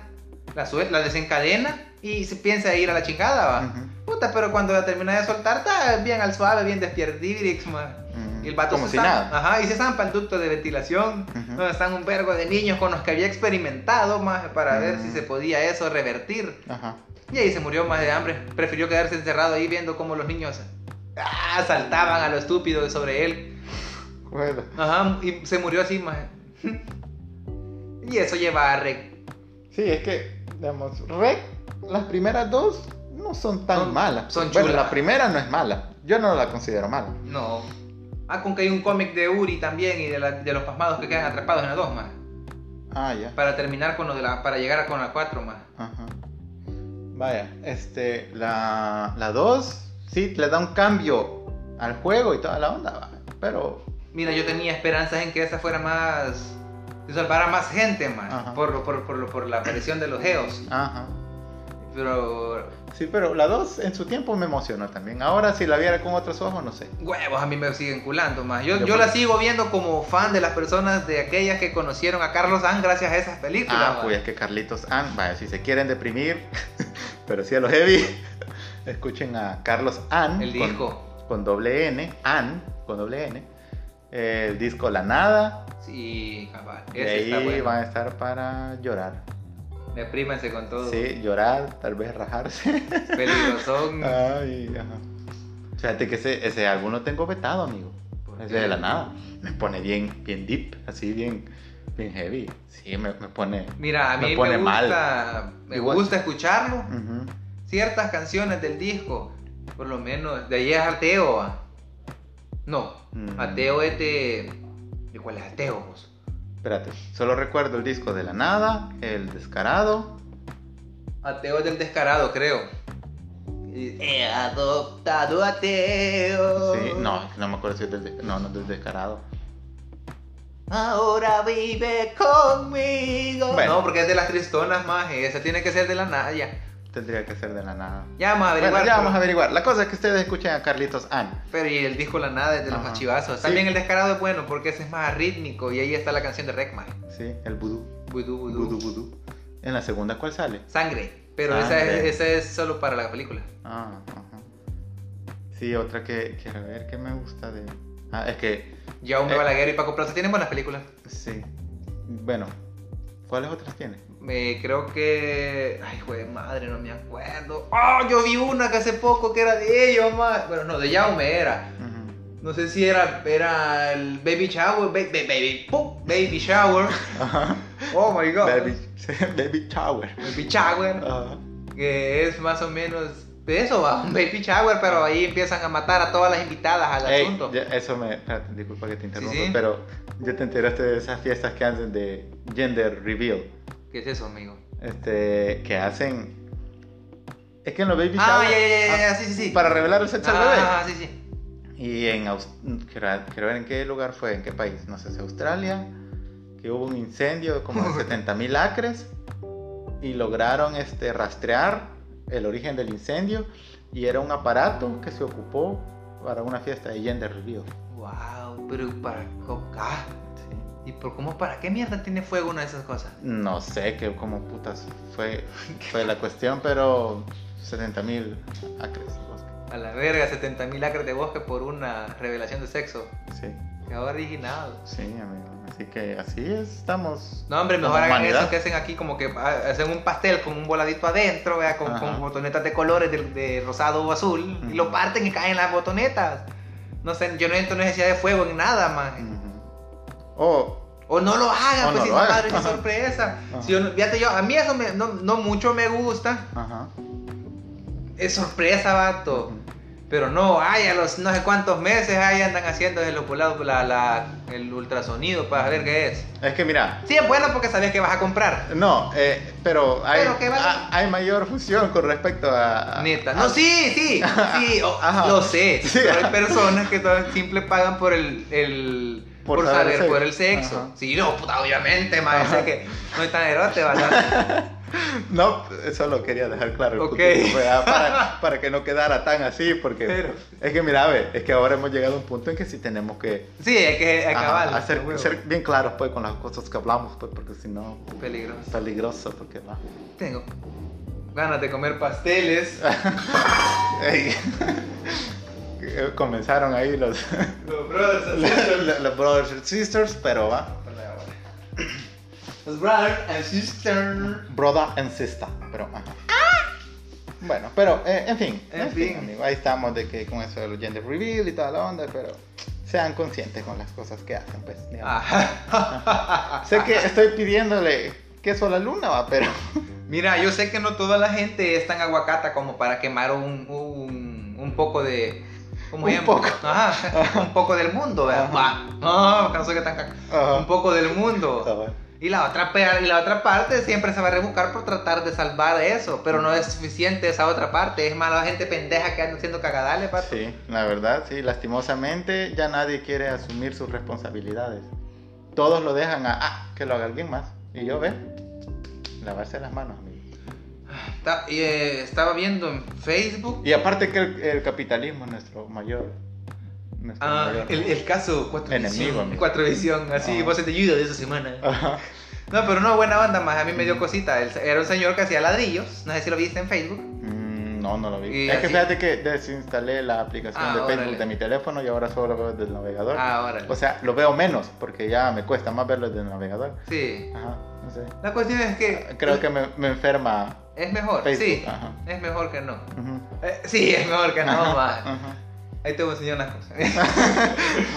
[SPEAKER 3] la, sue- la desencadena y se piensa ir a la chingada, va.
[SPEAKER 2] Ujú.
[SPEAKER 3] Puta, pero cuando la termina de soltar, está bien al suave, bien despierdibrix, man.
[SPEAKER 2] Ujú.
[SPEAKER 3] Y el vato
[SPEAKER 2] Como
[SPEAKER 3] se
[SPEAKER 2] si
[SPEAKER 3] zampa-
[SPEAKER 2] nada.
[SPEAKER 3] Ajá, y se zampa el ducto de ventilación,
[SPEAKER 2] Ujú.
[SPEAKER 3] donde están un vergo de niños con los que había experimentado, más para ver si
[SPEAKER 2] Mm.
[SPEAKER 3] se podía eso revertir.
[SPEAKER 2] Ajá.
[SPEAKER 3] Y ahí se murió más de hambre. Prefirió quedarse encerrado ahí viendo cómo los niños ah, saltaban a lo estúpido sobre él.
[SPEAKER 2] Bueno.
[SPEAKER 3] Ajá, y se murió así más. *laughs* Y eso lleva a Rec.
[SPEAKER 2] Sí, es que, digamos, Rec, las primeras dos no son tan
[SPEAKER 3] Son-
[SPEAKER 2] malas.
[SPEAKER 3] son
[SPEAKER 2] bueno,
[SPEAKER 3] chulas.
[SPEAKER 2] la primera no es mala. Yo no la considero mala.
[SPEAKER 3] No. Ah, con que hay un cómic de Uri también y de, la- de los pasmados que quedan atrapados en la 2 más.
[SPEAKER 2] Ah, ya.
[SPEAKER 3] Para terminar con lo de la. Para llegar a con la 4 más.
[SPEAKER 2] Ajá. Vaya, este, la, la dos, sí, le da un cambio al juego y toda la onda, va. Pero,
[SPEAKER 3] Mira, yo tenía esperanzas en que esa fuera más. Se salvara más gente más.
[SPEAKER 2] Ajá.
[SPEAKER 3] Por, lo- por, por, lo- por la aparición de los geos.
[SPEAKER 2] ajá.
[SPEAKER 3] Pero
[SPEAKER 2] Sí, pero la dos en su tiempo me emocionó también. Ahora si la viera con otros ojos, no sé.
[SPEAKER 3] Huevos, a mí me siguen culando más. Yo,
[SPEAKER 2] Yo
[SPEAKER 3] yo la
[SPEAKER 2] por-
[SPEAKER 3] sigo viendo como fan de las personas de aquellas que conocieron a Carlos San gracias a esas películas.
[SPEAKER 2] Ah,
[SPEAKER 3] ma.
[SPEAKER 2] pues es que Carlitos Ann, vaya, si se quieren deprimir, *laughs* pero sí a los heavy, *laughs* escuchen a Carlos Ann.
[SPEAKER 3] El
[SPEAKER 2] con-
[SPEAKER 3] disco.
[SPEAKER 2] con doble N, Ann, con doble N, eh, el disco La Nada,
[SPEAKER 3] Sí, cabal.
[SPEAKER 2] y
[SPEAKER 3] Ese
[SPEAKER 2] pues. ahí
[SPEAKER 3] está bueno.
[SPEAKER 2] van a estar para llorar.
[SPEAKER 3] Deprímanse con todo.
[SPEAKER 2] Sí, llorar, tal vez rajarse.
[SPEAKER 3] Peligrosón.
[SPEAKER 2] *laughs* Ah, Ay, ajá. Fíjate que ese, ese álbum lo tengo vetado, amigo.
[SPEAKER 3] ¿Por
[SPEAKER 2] Ese
[SPEAKER 3] qué?
[SPEAKER 2] de la nada. Me pone bien, bien deep, así bien. Bien heavy. Sí, me, me pone.
[SPEAKER 3] Mira, a
[SPEAKER 2] Me
[SPEAKER 3] mí me,
[SPEAKER 2] pone mal.
[SPEAKER 3] gusta, me
[SPEAKER 2] Igual. Mm.
[SPEAKER 3] gusta escucharlo.
[SPEAKER 2] Ujú.
[SPEAKER 3] Ciertas canciones del disco, por lo menos, de ahí es ateo. ¿va? No,
[SPEAKER 2] Mm.
[SPEAKER 3] ateo es de. ¿De cuál es ateo? vos?
[SPEAKER 2] Espérate, solo recuerdo el disco de la nada, el descarado.
[SPEAKER 3] Ateo es del descarado, creo. Y- He adoptado ateo.
[SPEAKER 2] Sí, no, no me acuerdo si es del, de- no, no es del descarado.
[SPEAKER 3] Ahora vive conmigo.
[SPEAKER 2] Bueno.
[SPEAKER 3] No, porque es de las tristonas más. eh, Esa tiene que ser de la Naya.
[SPEAKER 2] Tendría que ser de la nada.
[SPEAKER 3] Ya vamos a
[SPEAKER 2] Bueno,
[SPEAKER 3] averiguar.
[SPEAKER 2] ya
[SPEAKER 3] pero-
[SPEAKER 2] vamos a averiguar. La cosa es que ustedes escuchen a Carlitos Ann.
[SPEAKER 3] Pero y el disco La Nada es de los
[SPEAKER 2] Ajá.
[SPEAKER 3] más chivazos.
[SPEAKER 2] Sí.
[SPEAKER 3] También el Descarado es bueno porque ese es más rítmico y ahí está la canción de Rekman.
[SPEAKER 2] Sí, el vudú.
[SPEAKER 3] Vudú, vudú.
[SPEAKER 2] Vudú, vudú. En la segunda, ¿cuál sale?
[SPEAKER 3] Sangre. Pero esa es,
[SPEAKER 2] Sangre.
[SPEAKER 3] esa es solo para la película.
[SPEAKER 2] Ah, ajá. Sí, otra que quiero ver que me gusta de. Ah, es que.
[SPEAKER 3] Jaume
[SPEAKER 2] Eh.
[SPEAKER 3] Balaguer y Paco Plaza tienen buenas películas.
[SPEAKER 2] Sí. Bueno, ¿cuáles otras tiene?
[SPEAKER 3] Me creo que. Ay, güey, madre, no me acuerdo. ¡Oh! Yo vi una que hace poco que era de ellos, más. Bueno, no, de Jaume era.
[SPEAKER 2] Ujú.
[SPEAKER 3] No sé si era, era el Baby Shower. ba- ba- baby, pum, baby Shower.
[SPEAKER 2] Ajá.
[SPEAKER 3] Oh my god.
[SPEAKER 2] Baby, *laughs* Baby Tower.
[SPEAKER 3] Baby Shower.
[SPEAKER 2] Ajá.
[SPEAKER 3] que es más o menos de eso, va, un baby shower, pero ahí empiezan a matar a todas las invitadas al
[SPEAKER 2] Ey,
[SPEAKER 3] asunto.
[SPEAKER 2] ya- eso me. Espérate, disculpa que te interrumpa,
[SPEAKER 3] sí.
[SPEAKER 2] pero ya te enteraste de esas fiestas que hacen de gender reveal.
[SPEAKER 3] ¿Qué es eso, amigo?
[SPEAKER 2] Este. que hacen. Es que en los baby
[SPEAKER 3] Ah,
[SPEAKER 2] shower-
[SPEAKER 3] ya, ya, ya,
[SPEAKER 2] Ah,
[SPEAKER 3] ya, sí, sí, sí.
[SPEAKER 2] Para revelar el sexo al bebé.
[SPEAKER 3] ah, sí, sí.
[SPEAKER 2] Y en Aus- quiero quiero ver en qué lugar fue, en qué país, no sé si Australia, que hubo un incendio de como de 70 mil acres y lograron este, rastrear el origen del incendio y era un aparato que se ocupó para una fiesta de gender review.
[SPEAKER 3] Wow, pero para ah. coca. ¿Y por cómo para qué mierda tiene fuego una de esas cosas?
[SPEAKER 2] No sé qué como putas fue, fue la cuestión, pero 70 mil acres. bosque.
[SPEAKER 3] A la verga, 70.000 acres de bosque por una revelación de sexo.
[SPEAKER 2] Sí,
[SPEAKER 3] Qué original.
[SPEAKER 2] sí, amigo. Así que así es, estamos.
[SPEAKER 3] No, hombre,
[SPEAKER 2] como
[SPEAKER 3] mejor hagan
[SPEAKER 2] humanidad.
[SPEAKER 3] eso que hacen aquí, como que ah, hacen un pastel con un voladito adentro, vea, con,
[SPEAKER 2] Ajá.
[SPEAKER 3] con botonetas de colores de, de rosado o azul, y lo
[SPEAKER 2] Ujú.
[SPEAKER 3] parten y caen las botonetas. No sé, yo no siento necesidad de fuego en nada, man.
[SPEAKER 2] Ujú. Oh, O
[SPEAKER 3] O no lo hagan,
[SPEAKER 2] O
[SPEAKER 3] pues
[SPEAKER 2] no
[SPEAKER 3] si
[SPEAKER 2] lo
[SPEAKER 3] esa
[SPEAKER 2] hagan.
[SPEAKER 3] madre es
[SPEAKER 2] Ajá.
[SPEAKER 3] sorpresa.
[SPEAKER 2] Ajá.
[SPEAKER 3] Si yo, no- fíjate yo, a mí eso me- no, no mucho me gusta,
[SPEAKER 2] Ajá.
[SPEAKER 3] es sorpresa, vato. Pero no, ay, a los no sé cuántos meses ahí andan haciendo de los volados la, la- el ultrasonido para ver qué es.
[SPEAKER 2] Es que mira,
[SPEAKER 3] Sí, es bueno porque sabías que vas a comprar.
[SPEAKER 2] no, eh, pero hay,
[SPEAKER 3] Pero que vale.
[SPEAKER 2] ha- hay mayor fusión con respecto a. a-
[SPEAKER 3] Neta.
[SPEAKER 2] a-
[SPEAKER 3] No, sí, sí, sí, o-
[SPEAKER 2] Ah. *laughs* Ajá.
[SPEAKER 3] lo sé.
[SPEAKER 2] Sí.
[SPEAKER 3] Pero hay personas que todo- simple pagan por el, el- por,
[SPEAKER 2] Por
[SPEAKER 3] saber,
[SPEAKER 2] saber sexo.
[SPEAKER 3] por el sexo.
[SPEAKER 2] Ajá.
[SPEAKER 3] Sí, no, puta, obviamente, más que no es tan erote, ¿verdad?
[SPEAKER 2] *laughs* No, eso lo quería dejar claro. el
[SPEAKER 3] Ok.
[SPEAKER 2] puntito, pues, ah,
[SPEAKER 3] *laughs*
[SPEAKER 2] para, para que no quedara tan así, porque.
[SPEAKER 3] Pero-
[SPEAKER 2] Es que mira, ve, es que ahora hemos llegado a un punto en que sí tenemos que.
[SPEAKER 3] Sí, hay que
[SPEAKER 2] ajá,
[SPEAKER 3] acabar.
[SPEAKER 2] hacer- ser bien claros, pues, con las cosas que hablamos, pues, porque si no. Es
[SPEAKER 3] Peligroso.
[SPEAKER 2] peligroso, porque va.
[SPEAKER 3] Tengo ganas de comer
[SPEAKER 2] *laughs*
[SPEAKER 3] pasteles.
[SPEAKER 2] Ey. Eh, *laughs* Comenzaron ahí los, *laughs*
[SPEAKER 3] Los brothers and sisters.
[SPEAKER 2] los, los brothers and sisters, pero va. Pues,
[SPEAKER 3] Los brothers and sisters.
[SPEAKER 2] Brother and sister, pero ajá. Bueno, pero eh, en fin,
[SPEAKER 3] En
[SPEAKER 2] en, fin,
[SPEAKER 3] fin.
[SPEAKER 2] amigo, ahí estamos de que con eso del gender reveal y toda la onda, pero sean conscientes con las cosas que hacen, pues. digamos. Sé que estoy pidiéndole queso a la luna, va, *laughs* pero
[SPEAKER 3] Mira, yo sé que no toda la gente es tan aguacata como para quemar un, un, un poco de. ¿Cómo se
[SPEAKER 2] Un
[SPEAKER 3] llama?
[SPEAKER 2] poco.
[SPEAKER 3] Ajá, un poco del mundo, ¿verdad?
[SPEAKER 2] Ajá.
[SPEAKER 3] Va. No, que no soy tan caca.
[SPEAKER 2] Ajá.
[SPEAKER 3] Un poco del mundo. Y la, otra, pe- y la otra parte siempre se va a rebuscar por tratar de salvar eso, pero no es suficiente esa otra parte. Es más, la gente pendeja que anda haciendo cagadales, pato.
[SPEAKER 2] sí, la verdad, sí, lastimosamente ya nadie quiere asumir sus responsabilidades. Todos lo dejan a ah, que lo haga alguien más. Y yo ve, lavarse las manos, amigo.
[SPEAKER 3] Está- y, eh, estaba viendo en Facebook
[SPEAKER 2] Y aparte que el, el capitalismo es nuestro mayor. nuestro
[SPEAKER 3] ah,
[SPEAKER 2] mayor-
[SPEAKER 3] el, el caso Cuatro
[SPEAKER 2] Enemigo,
[SPEAKER 3] Visión.
[SPEAKER 2] amigo.
[SPEAKER 3] Cuatro Visión, así,
[SPEAKER 2] Ajá.
[SPEAKER 3] voces de ayuda de esa semana.
[SPEAKER 2] *laughs* Ajá.
[SPEAKER 3] No, pero no, buena onda, más a mí me dio cosita. El- Era un señor que hacía ladrillos, no sé si lo viste en Facebook.
[SPEAKER 2] Mm, no, no lo vi.
[SPEAKER 3] Y
[SPEAKER 2] es que
[SPEAKER 3] así-
[SPEAKER 2] fíjate que desinstalé la aplicación
[SPEAKER 3] Ah,
[SPEAKER 2] de Facebook
[SPEAKER 3] órale. Ah,
[SPEAKER 2] de mi teléfono y ahora solo lo veo desde el navegador.
[SPEAKER 3] Ahora.
[SPEAKER 2] O sea, lo veo menos porque ya me cuesta más verlo desde el navegador.
[SPEAKER 3] Sí.
[SPEAKER 2] Ajá, no sé.
[SPEAKER 3] La cuestión es que.
[SPEAKER 2] Creo que me, me enferma
[SPEAKER 3] Es mejor,
[SPEAKER 2] Facebook.
[SPEAKER 3] sí.
[SPEAKER 2] Ajá.
[SPEAKER 3] Es mejor que no.
[SPEAKER 2] Ujú.
[SPEAKER 3] Eh, sí, es mejor que no,
[SPEAKER 2] Ajá,
[SPEAKER 3] va.
[SPEAKER 2] ajá.
[SPEAKER 3] Ahí te voy a enseñar unas cosas.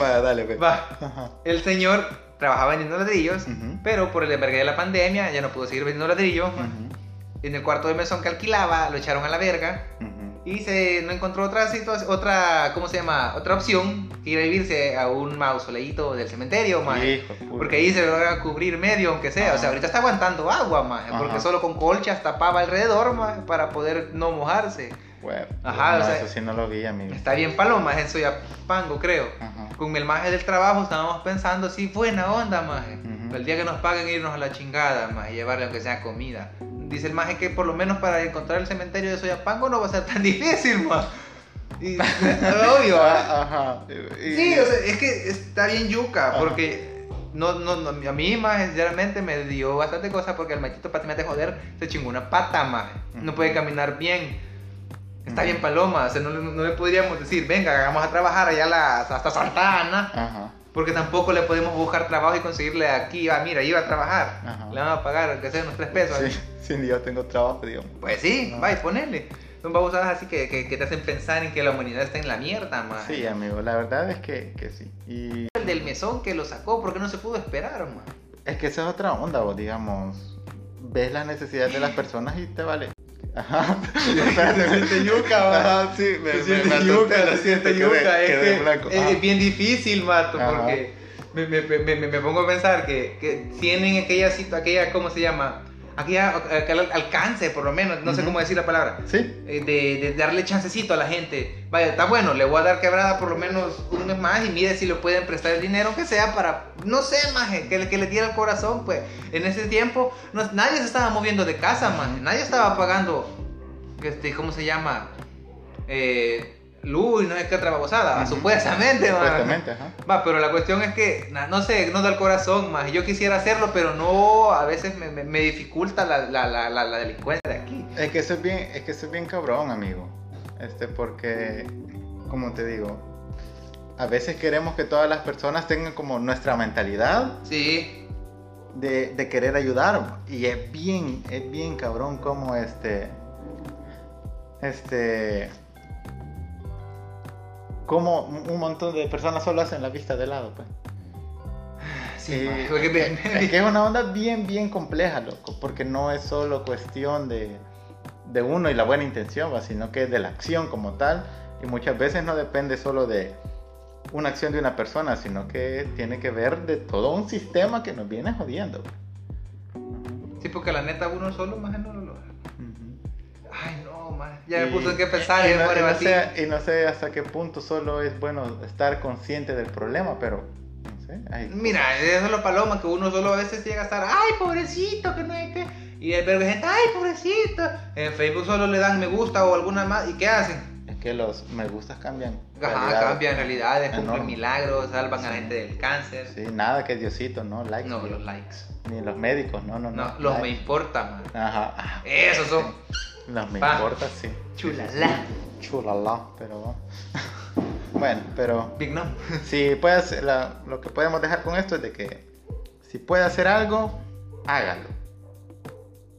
[SPEAKER 2] Va, dale,
[SPEAKER 3] *laughs*
[SPEAKER 2] ve.
[SPEAKER 3] Va.
[SPEAKER 2] Ajá.
[SPEAKER 3] El señor trabajaba vendiendo ladrillos,
[SPEAKER 2] Ujú.
[SPEAKER 3] pero por el envergue de la pandemia ya no pudo seguir vendiendo ladrillos. En el cuarto de mesón que alquilaba lo echaron a la verga
[SPEAKER 2] Ujú, ujú.
[SPEAKER 3] y se no encontró otra situa- otra, ¿cómo se llama? Otra opción que ir a vivirse a un mausoleíto del cementerio, maje.
[SPEAKER 2] Hijo de puta.
[SPEAKER 3] eh. Porque ahí se logra cubrir medio, aunque sea. O sea,
[SPEAKER 2] Ajá.
[SPEAKER 3] ahorita está aguantando agua, maje, porque
[SPEAKER 2] Ajá.
[SPEAKER 3] solo con colchas tapaba alrededor, maje, para poder no mojarse.
[SPEAKER 2] Bueno,
[SPEAKER 3] Ajá,
[SPEAKER 2] no,
[SPEAKER 3] o sea-
[SPEAKER 2] eso sí no lo vi, amigo.
[SPEAKER 3] Está bien paloma, eso ya pango, creo.
[SPEAKER 2] Ajá.
[SPEAKER 3] Con el maje del trabajo estábamos pensando, sí, buena onda, maje.
[SPEAKER 2] Ujú.
[SPEAKER 3] El día que nos paguen irnos a la chingada, maje, llevarle aunque sea comida. Dice el maje que por lo menos para encontrar el cementerio de Soyapango no va a ser tan *laughs* difícil, maje. Y, *laughs* obvio, ¿ah?
[SPEAKER 2] Ajá. Y-
[SPEAKER 3] Sí, o sea, es que está bien yuca,
[SPEAKER 2] Ajá.
[SPEAKER 3] porque no, no, no, a mí más sinceramente me dio bastante cosa porque el machito patinete joder se chingó una pata más, no
[SPEAKER 2] Ujú.
[SPEAKER 3] puede caminar bien. Está
[SPEAKER 2] Ujú.
[SPEAKER 3] bien paloma, o sea, no, le- no le podríamos decir, venga, vamos a trabajar allá a la- hasta Santa Ana,
[SPEAKER 2] Ajá.
[SPEAKER 3] porque tampoco le podemos buscar trabajo y conseguirle aquí, ah, mira, iba a trabajar,
[SPEAKER 2] Ajá.
[SPEAKER 3] le van a pagar, aunque sea unos tres pesos.
[SPEAKER 2] Sí, *laughs* sin Dios tengo trabajo, digamos.
[SPEAKER 3] Pues sí,
[SPEAKER 2] Ajá.
[SPEAKER 3] va y ponele. Son babosadas así que, que, que te hacen pensar en que la humanidad está en la mierda, más.
[SPEAKER 2] Sí, amigo, la verdad es que, que sí. Y
[SPEAKER 3] el del mesón que lo sacó, porque no se pudo esperar, man.
[SPEAKER 2] es que esa es otra onda, vos, digamos. Ves las necesidades de las personas y te vale.
[SPEAKER 3] *laughs*
[SPEAKER 2] Ajá. *laughs*
[SPEAKER 1] Se siente yuca, va.
[SPEAKER 2] Ajá, sí, me,
[SPEAKER 1] Se
[SPEAKER 2] me-
[SPEAKER 1] siente
[SPEAKER 2] me asusté,
[SPEAKER 1] yuca,
[SPEAKER 2] *laughs* lo
[SPEAKER 1] se siente
[SPEAKER 2] siento, quedé-
[SPEAKER 1] yuca, es
[SPEAKER 2] quedé
[SPEAKER 1] que-
[SPEAKER 2] blanco. Ah.
[SPEAKER 3] Es, es bien difícil, mato,
[SPEAKER 2] Ajá.
[SPEAKER 3] porque me, me- me- me- me pongo a pensar que, que tienen aquella cita, aquella, ¿cómo se llama? Aquella, aquel alcance, por lo menos, no sé
[SPEAKER 2] Ujú.
[SPEAKER 3] cómo decir la palabra.
[SPEAKER 2] Ah, Sí,
[SPEAKER 3] eh, De, de darle chancecito a la gente. Vaya, está bueno, le voy a dar quebrada por lo menos un mes más y mire si le pueden prestar el dinero, que sea para, no sé, maje, que, le- que le diera el corazón, pues. En ese tiempo, no- nadie se estaba moviendo de casa, maje, nadie estaba pagando, este, ¿cómo se llama? Eh, luz, no es que otra babosada,
[SPEAKER 2] Ujú.
[SPEAKER 3] supuestamente, maje.
[SPEAKER 2] supuestamente, ajá.
[SPEAKER 3] Va, pero la cuestión es que, na- no sé, no da el corazón, maje. Yo quisiera hacerlo, pero no, a veces me, me- me dificulta la, la, la, la, la delincuencia de aquí.
[SPEAKER 2] Es que eso es bien, es que eso es bien cabrón, amigo. Este, porque, como te digo, a veces queremos que todas las personas tengan como nuestra mentalidad
[SPEAKER 3] Sí,
[SPEAKER 2] de, de querer ayudar. Y es bien, es bien cabrón como este. Este. Como un un montón de personas solo hacen la vista de lado, pues.
[SPEAKER 3] Sí,
[SPEAKER 2] Eh,
[SPEAKER 3] ma, porque me- *laughs* me-
[SPEAKER 2] Es que es una onda bien, bien compleja, loco, porque no es solo cuestión de, de uno y la buena intención, va, sino que es de la acción como tal, y muchas veces no depende solo de una acción de una persona, sino que tiene que ver de todo un sistema que nos viene jodiendo.
[SPEAKER 3] sí, porque la neta uno solo más no lo logra. Ay, no, más. Ya me
[SPEAKER 2] Y-
[SPEAKER 3] puso en qué pensar.
[SPEAKER 2] y,
[SPEAKER 3] ya
[SPEAKER 2] no,
[SPEAKER 3] me
[SPEAKER 2] y no
[SPEAKER 3] rebatí.
[SPEAKER 2] sé, y no sé hasta qué punto solo es bueno estar consciente del problema, pero no sé, hay-
[SPEAKER 3] Mira, eso es lo paloma, que uno solo a veces llega a estar, ay, pobrecito, que no es que. Y el verbo gente, ay, pobrecito. En Facebook solo le dan me gusta o alguna más. ¿Y qué hacen?
[SPEAKER 2] es que los me gustas cambian.
[SPEAKER 3] Ajá,
[SPEAKER 2] realidades.
[SPEAKER 3] cambian realidades, cumplen
[SPEAKER 2] Enorme.
[SPEAKER 3] milagros, salvan a la
[SPEAKER 2] Ah, Sí.
[SPEAKER 3] gente del cáncer.
[SPEAKER 2] Sí, nada que Diosito, no, likes.
[SPEAKER 3] no,
[SPEAKER 2] ni-
[SPEAKER 3] los likes.
[SPEAKER 2] Ni los médicos, no, no, no.
[SPEAKER 3] No, los me
[SPEAKER 2] likes.
[SPEAKER 3] importa, más.
[SPEAKER 2] Ajá, ajá.
[SPEAKER 3] Esos son
[SPEAKER 2] Los me
[SPEAKER 3] Pa.
[SPEAKER 2] importa, sí.
[SPEAKER 3] chulala.
[SPEAKER 2] Chulala, pero. *laughs* bueno, pero.
[SPEAKER 3] Big no.
[SPEAKER 2] Si puede hacer la- lo que podemos dejar con esto es de que. Si puede hacer algo, hágalo.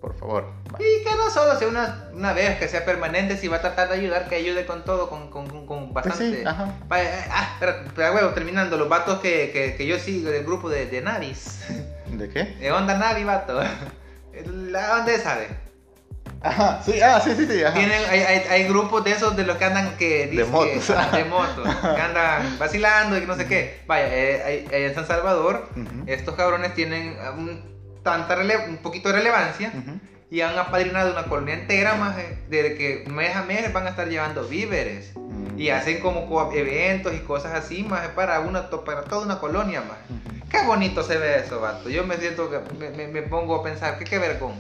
[SPEAKER 2] Por favor. va.
[SPEAKER 3] Y que no solo sea una, una vez, que sea permanente, si va a tratar de ayudar, que ayude con todo, con, con, con, con
[SPEAKER 2] Pues
[SPEAKER 3] bastante.
[SPEAKER 2] sí, ajá.
[SPEAKER 3] Pa- eh, ah, espérate, pero, huevo, terminando, los vatos que, que, que yo sigo del grupo de, de Navis,
[SPEAKER 2] ¿De qué?
[SPEAKER 3] de Onda Navi, vato. La onda esa, ¿ve?
[SPEAKER 2] Ajá, sí, ah, sí, sí, sí. Ajá.
[SPEAKER 3] Tienen, hay, hay, hay grupos de esos de los que andan que dizque-
[SPEAKER 2] motos.
[SPEAKER 3] ah, de motos, que andan vacilando y que no sé qué. Vaya, eh, hay- hay en San Salvador,
[SPEAKER 2] Ujú,
[SPEAKER 3] estos cabrones tienen ah, un, tanta rele- un poquito de relevancia.
[SPEAKER 2] ujú.
[SPEAKER 3] y han apadrinado una colonia entera más eh, desde que mes a mes van a estar llevando víveres
[SPEAKER 2] Mm.
[SPEAKER 3] y hacen como co- eventos y cosas así más eh, para una to- para toda una colonia más
[SPEAKER 2] Ujú.
[SPEAKER 3] qué bonito se ve eso vato yo me siento que me, me- me pongo a pensar que qué vergón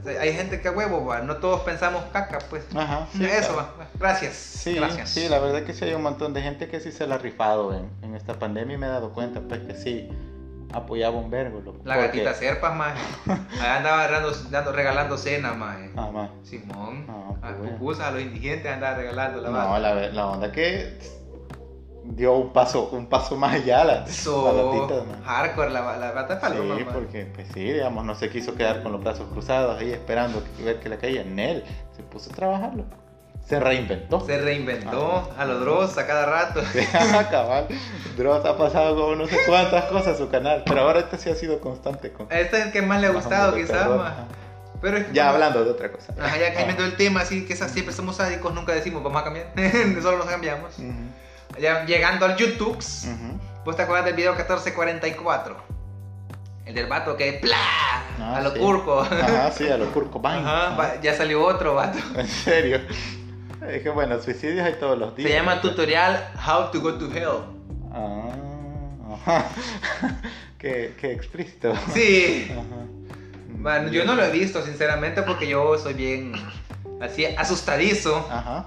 [SPEAKER 3] O sea, hay gente que a huevo va no todos pensamos caca pues
[SPEAKER 2] Ajá, Ah, sí,
[SPEAKER 3] eso
[SPEAKER 2] claro.
[SPEAKER 3] va pues, gracias
[SPEAKER 2] Sí,
[SPEAKER 3] gracias
[SPEAKER 2] sí, la verdad que sí hay un montón de gente que sí se la ha rifado en, en esta pandemia y me he dado cuenta pues que sí apoyaba un vergo. loco,
[SPEAKER 3] La
[SPEAKER 2] porque-
[SPEAKER 3] gatita serpas
[SPEAKER 2] *laughs*
[SPEAKER 3] más ahí andaba dando, dando- regalando cena más eh.
[SPEAKER 2] Ah, ma.
[SPEAKER 3] Simón
[SPEAKER 2] Ah,
[SPEAKER 3] a
[SPEAKER 2] pues.
[SPEAKER 3] pupusas, a los indigentes andaba regalando la
[SPEAKER 2] No,
[SPEAKER 3] vato.
[SPEAKER 2] la, ve- la onda que dio un paso, un paso más allá la, la
[SPEAKER 3] So,
[SPEAKER 2] gatita. ma.
[SPEAKER 3] hardcore, la, la bata de paloma.
[SPEAKER 2] Sí,
[SPEAKER 3] man.
[SPEAKER 2] porque pues sí, digamos, no se quiso quedar con los brazos cruzados ahí esperando que- ver que le caía en él. Se puso a trabajarlo. se reinventó. *laughs*
[SPEAKER 3] Se reinventó
[SPEAKER 2] Ah,
[SPEAKER 3] a los Dross a cada rato.
[SPEAKER 2] Cabal. Dross ha pasado como no sé cuántas cosas su canal, pero ahora este sí ha sido constante con.
[SPEAKER 3] Este es el que más le ha gustado, quizás.
[SPEAKER 2] Perdón,
[SPEAKER 3] ma.
[SPEAKER 2] ajá.
[SPEAKER 3] Pero es que
[SPEAKER 2] Ya Ah.
[SPEAKER 3] como-
[SPEAKER 2] hablando de otra cosa.
[SPEAKER 3] Ajá, ya cambiando el tema, así que esas siempre somos sádicos, nunca decimos vamos a cambiar, *laughs* solo nos cambiamos.
[SPEAKER 2] Ujú,
[SPEAKER 3] Ya llegando al YouTube,
[SPEAKER 2] ujú.
[SPEAKER 3] ¿vos te acuerdas del video 1444? El del vato que ¡plá!
[SPEAKER 2] Ah,
[SPEAKER 3] a lo
[SPEAKER 2] sí.
[SPEAKER 3] curco.
[SPEAKER 2] Ajá, sí, a los Kurko
[SPEAKER 3] Ajá, va- ya salió otro vato.
[SPEAKER 2] *laughs* En serio. Es que bueno, suicidios hay todos los días.
[SPEAKER 3] Se llama tutorial How to Go to Hell.
[SPEAKER 2] Ah, ajá. *laughs* qué, qué explícito.
[SPEAKER 3] Sí.
[SPEAKER 2] Ajá.
[SPEAKER 3] Bueno, yo no lo he visto, sinceramente, porque yo soy bien así asustadizo.
[SPEAKER 2] Ajá.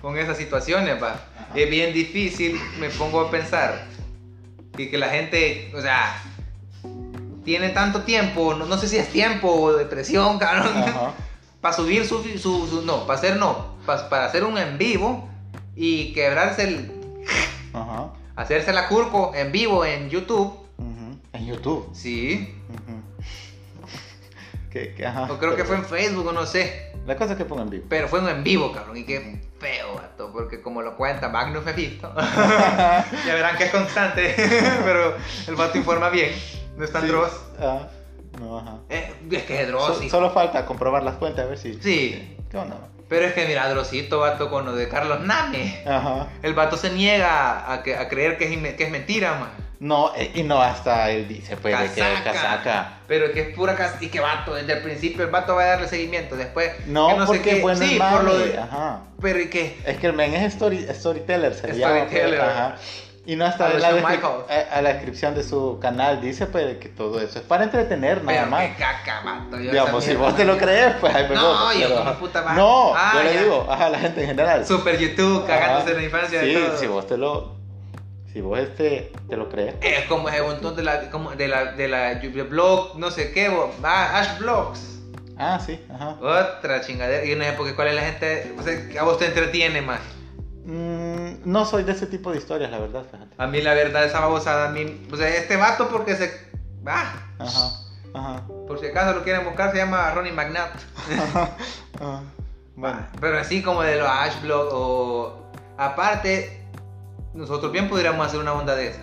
[SPEAKER 3] con esas situaciones, va. Es bien difícil, me pongo a pensar. Y que la gente, o sea, tiene tanto tiempo, no, no sé si es tiempo o depresión, cabrón, *laughs*
[SPEAKER 2] Ajá.
[SPEAKER 3] para subir su, su, su- No, para hacer no, pa- para hacer un en vivo y quebrarse el.
[SPEAKER 2] Ajá.
[SPEAKER 3] Hacerse la curco en vivo en YouTube.
[SPEAKER 2] ujú. En YouTube.
[SPEAKER 3] Sí,
[SPEAKER 2] Ujú. Que, que, ajá.
[SPEAKER 3] o creo que
[SPEAKER 2] pero-
[SPEAKER 3] fue en Facebook, o no sé.
[SPEAKER 2] La cosa es que pongan vivo.
[SPEAKER 3] Pero fue un en vivo, cabrón, y qué feo, vato, porque como lo cuenta Magnus
[SPEAKER 2] *laughs*
[SPEAKER 3] Mephisto. Ya verán que es constante, *laughs* pero el vato informa bien. No está
[SPEAKER 2] Sí.
[SPEAKER 3] Dross.
[SPEAKER 2] Ah, no, ajá.
[SPEAKER 3] Eh, es que es
[SPEAKER 2] So-
[SPEAKER 3] Dross. y-
[SPEAKER 2] Solo falta comprobar las cuentas a ver si.
[SPEAKER 3] Sí.
[SPEAKER 2] ¿Qué onda?
[SPEAKER 3] Pero es que mira, Drossito, vato, con lo de Carlos Name.
[SPEAKER 2] Ajá.
[SPEAKER 3] El vato se niega a, que- a creer que es, inme- que es mentira, man.
[SPEAKER 2] No, eh, y no hasta él dice, pues, de que
[SPEAKER 3] Casaca.
[SPEAKER 2] casaca.
[SPEAKER 3] Pero que es pura casa. Y que vato, desde el principio el vato va a darle seguimiento. Después.
[SPEAKER 2] No,
[SPEAKER 3] que
[SPEAKER 2] porque
[SPEAKER 3] qué.
[SPEAKER 2] bueno,
[SPEAKER 3] sí,
[SPEAKER 2] es
[SPEAKER 3] por lo
[SPEAKER 2] mami,
[SPEAKER 3] de-
[SPEAKER 2] Ajá.
[SPEAKER 3] Pero y que.
[SPEAKER 2] Es que el men es story, storyteller, se le llama, pues,
[SPEAKER 3] Storyteller.
[SPEAKER 2] ajá. Y no hasta
[SPEAKER 3] A
[SPEAKER 2] en
[SPEAKER 3] los
[SPEAKER 2] la,
[SPEAKER 3] Shawn
[SPEAKER 2] descrip- a, a la descripción de su canal dice pues, que todo eso es para entretener nada
[SPEAKER 3] Pero
[SPEAKER 2] más.
[SPEAKER 3] qué caca, vato. yo
[SPEAKER 2] Digamos,
[SPEAKER 3] esa
[SPEAKER 2] si
[SPEAKER 3] mierda,
[SPEAKER 2] vos te lo
[SPEAKER 3] man.
[SPEAKER 2] crees, pues ahí me
[SPEAKER 3] No,
[SPEAKER 2] voy,
[SPEAKER 3] yo
[SPEAKER 2] pero,
[SPEAKER 3] como
[SPEAKER 2] ajá.
[SPEAKER 3] puta madre.
[SPEAKER 2] No,
[SPEAKER 3] Ah,
[SPEAKER 2] yo le
[SPEAKER 3] ya.
[SPEAKER 2] digo, ajá, a la gente en general.
[SPEAKER 3] Super YouTube, cagándose en la infancia
[SPEAKER 2] Ah, Sí,
[SPEAKER 3] de todo.
[SPEAKER 2] si vos te lo. Si vos este, te lo crees.
[SPEAKER 3] Es como ese montón de la, como de la, de la de blog, no sé qué, bo- ah, Ash Blogs.
[SPEAKER 2] Ah, sí, ajá.
[SPEAKER 3] Otra chingadera. Y no sé porque cuál es la gente, o sea, que a vos te entretiene más.
[SPEAKER 2] Mm, no soy de ese tipo de historias, la verdad, fíjate.
[SPEAKER 3] A mí la verdad esa babosada, a mí, o sea, este vato porque se, ah,
[SPEAKER 2] Ajá, ajá.
[SPEAKER 3] por si acaso lo quieren buscar se llama Ronnie McNabb.
[SPEAKER 2] ajá. Bueno,
[SPEAKER 3] Ah, Pero así como de los Ash Blogs o aparte, nosotros bien pudiéramos hacer una onda de esa.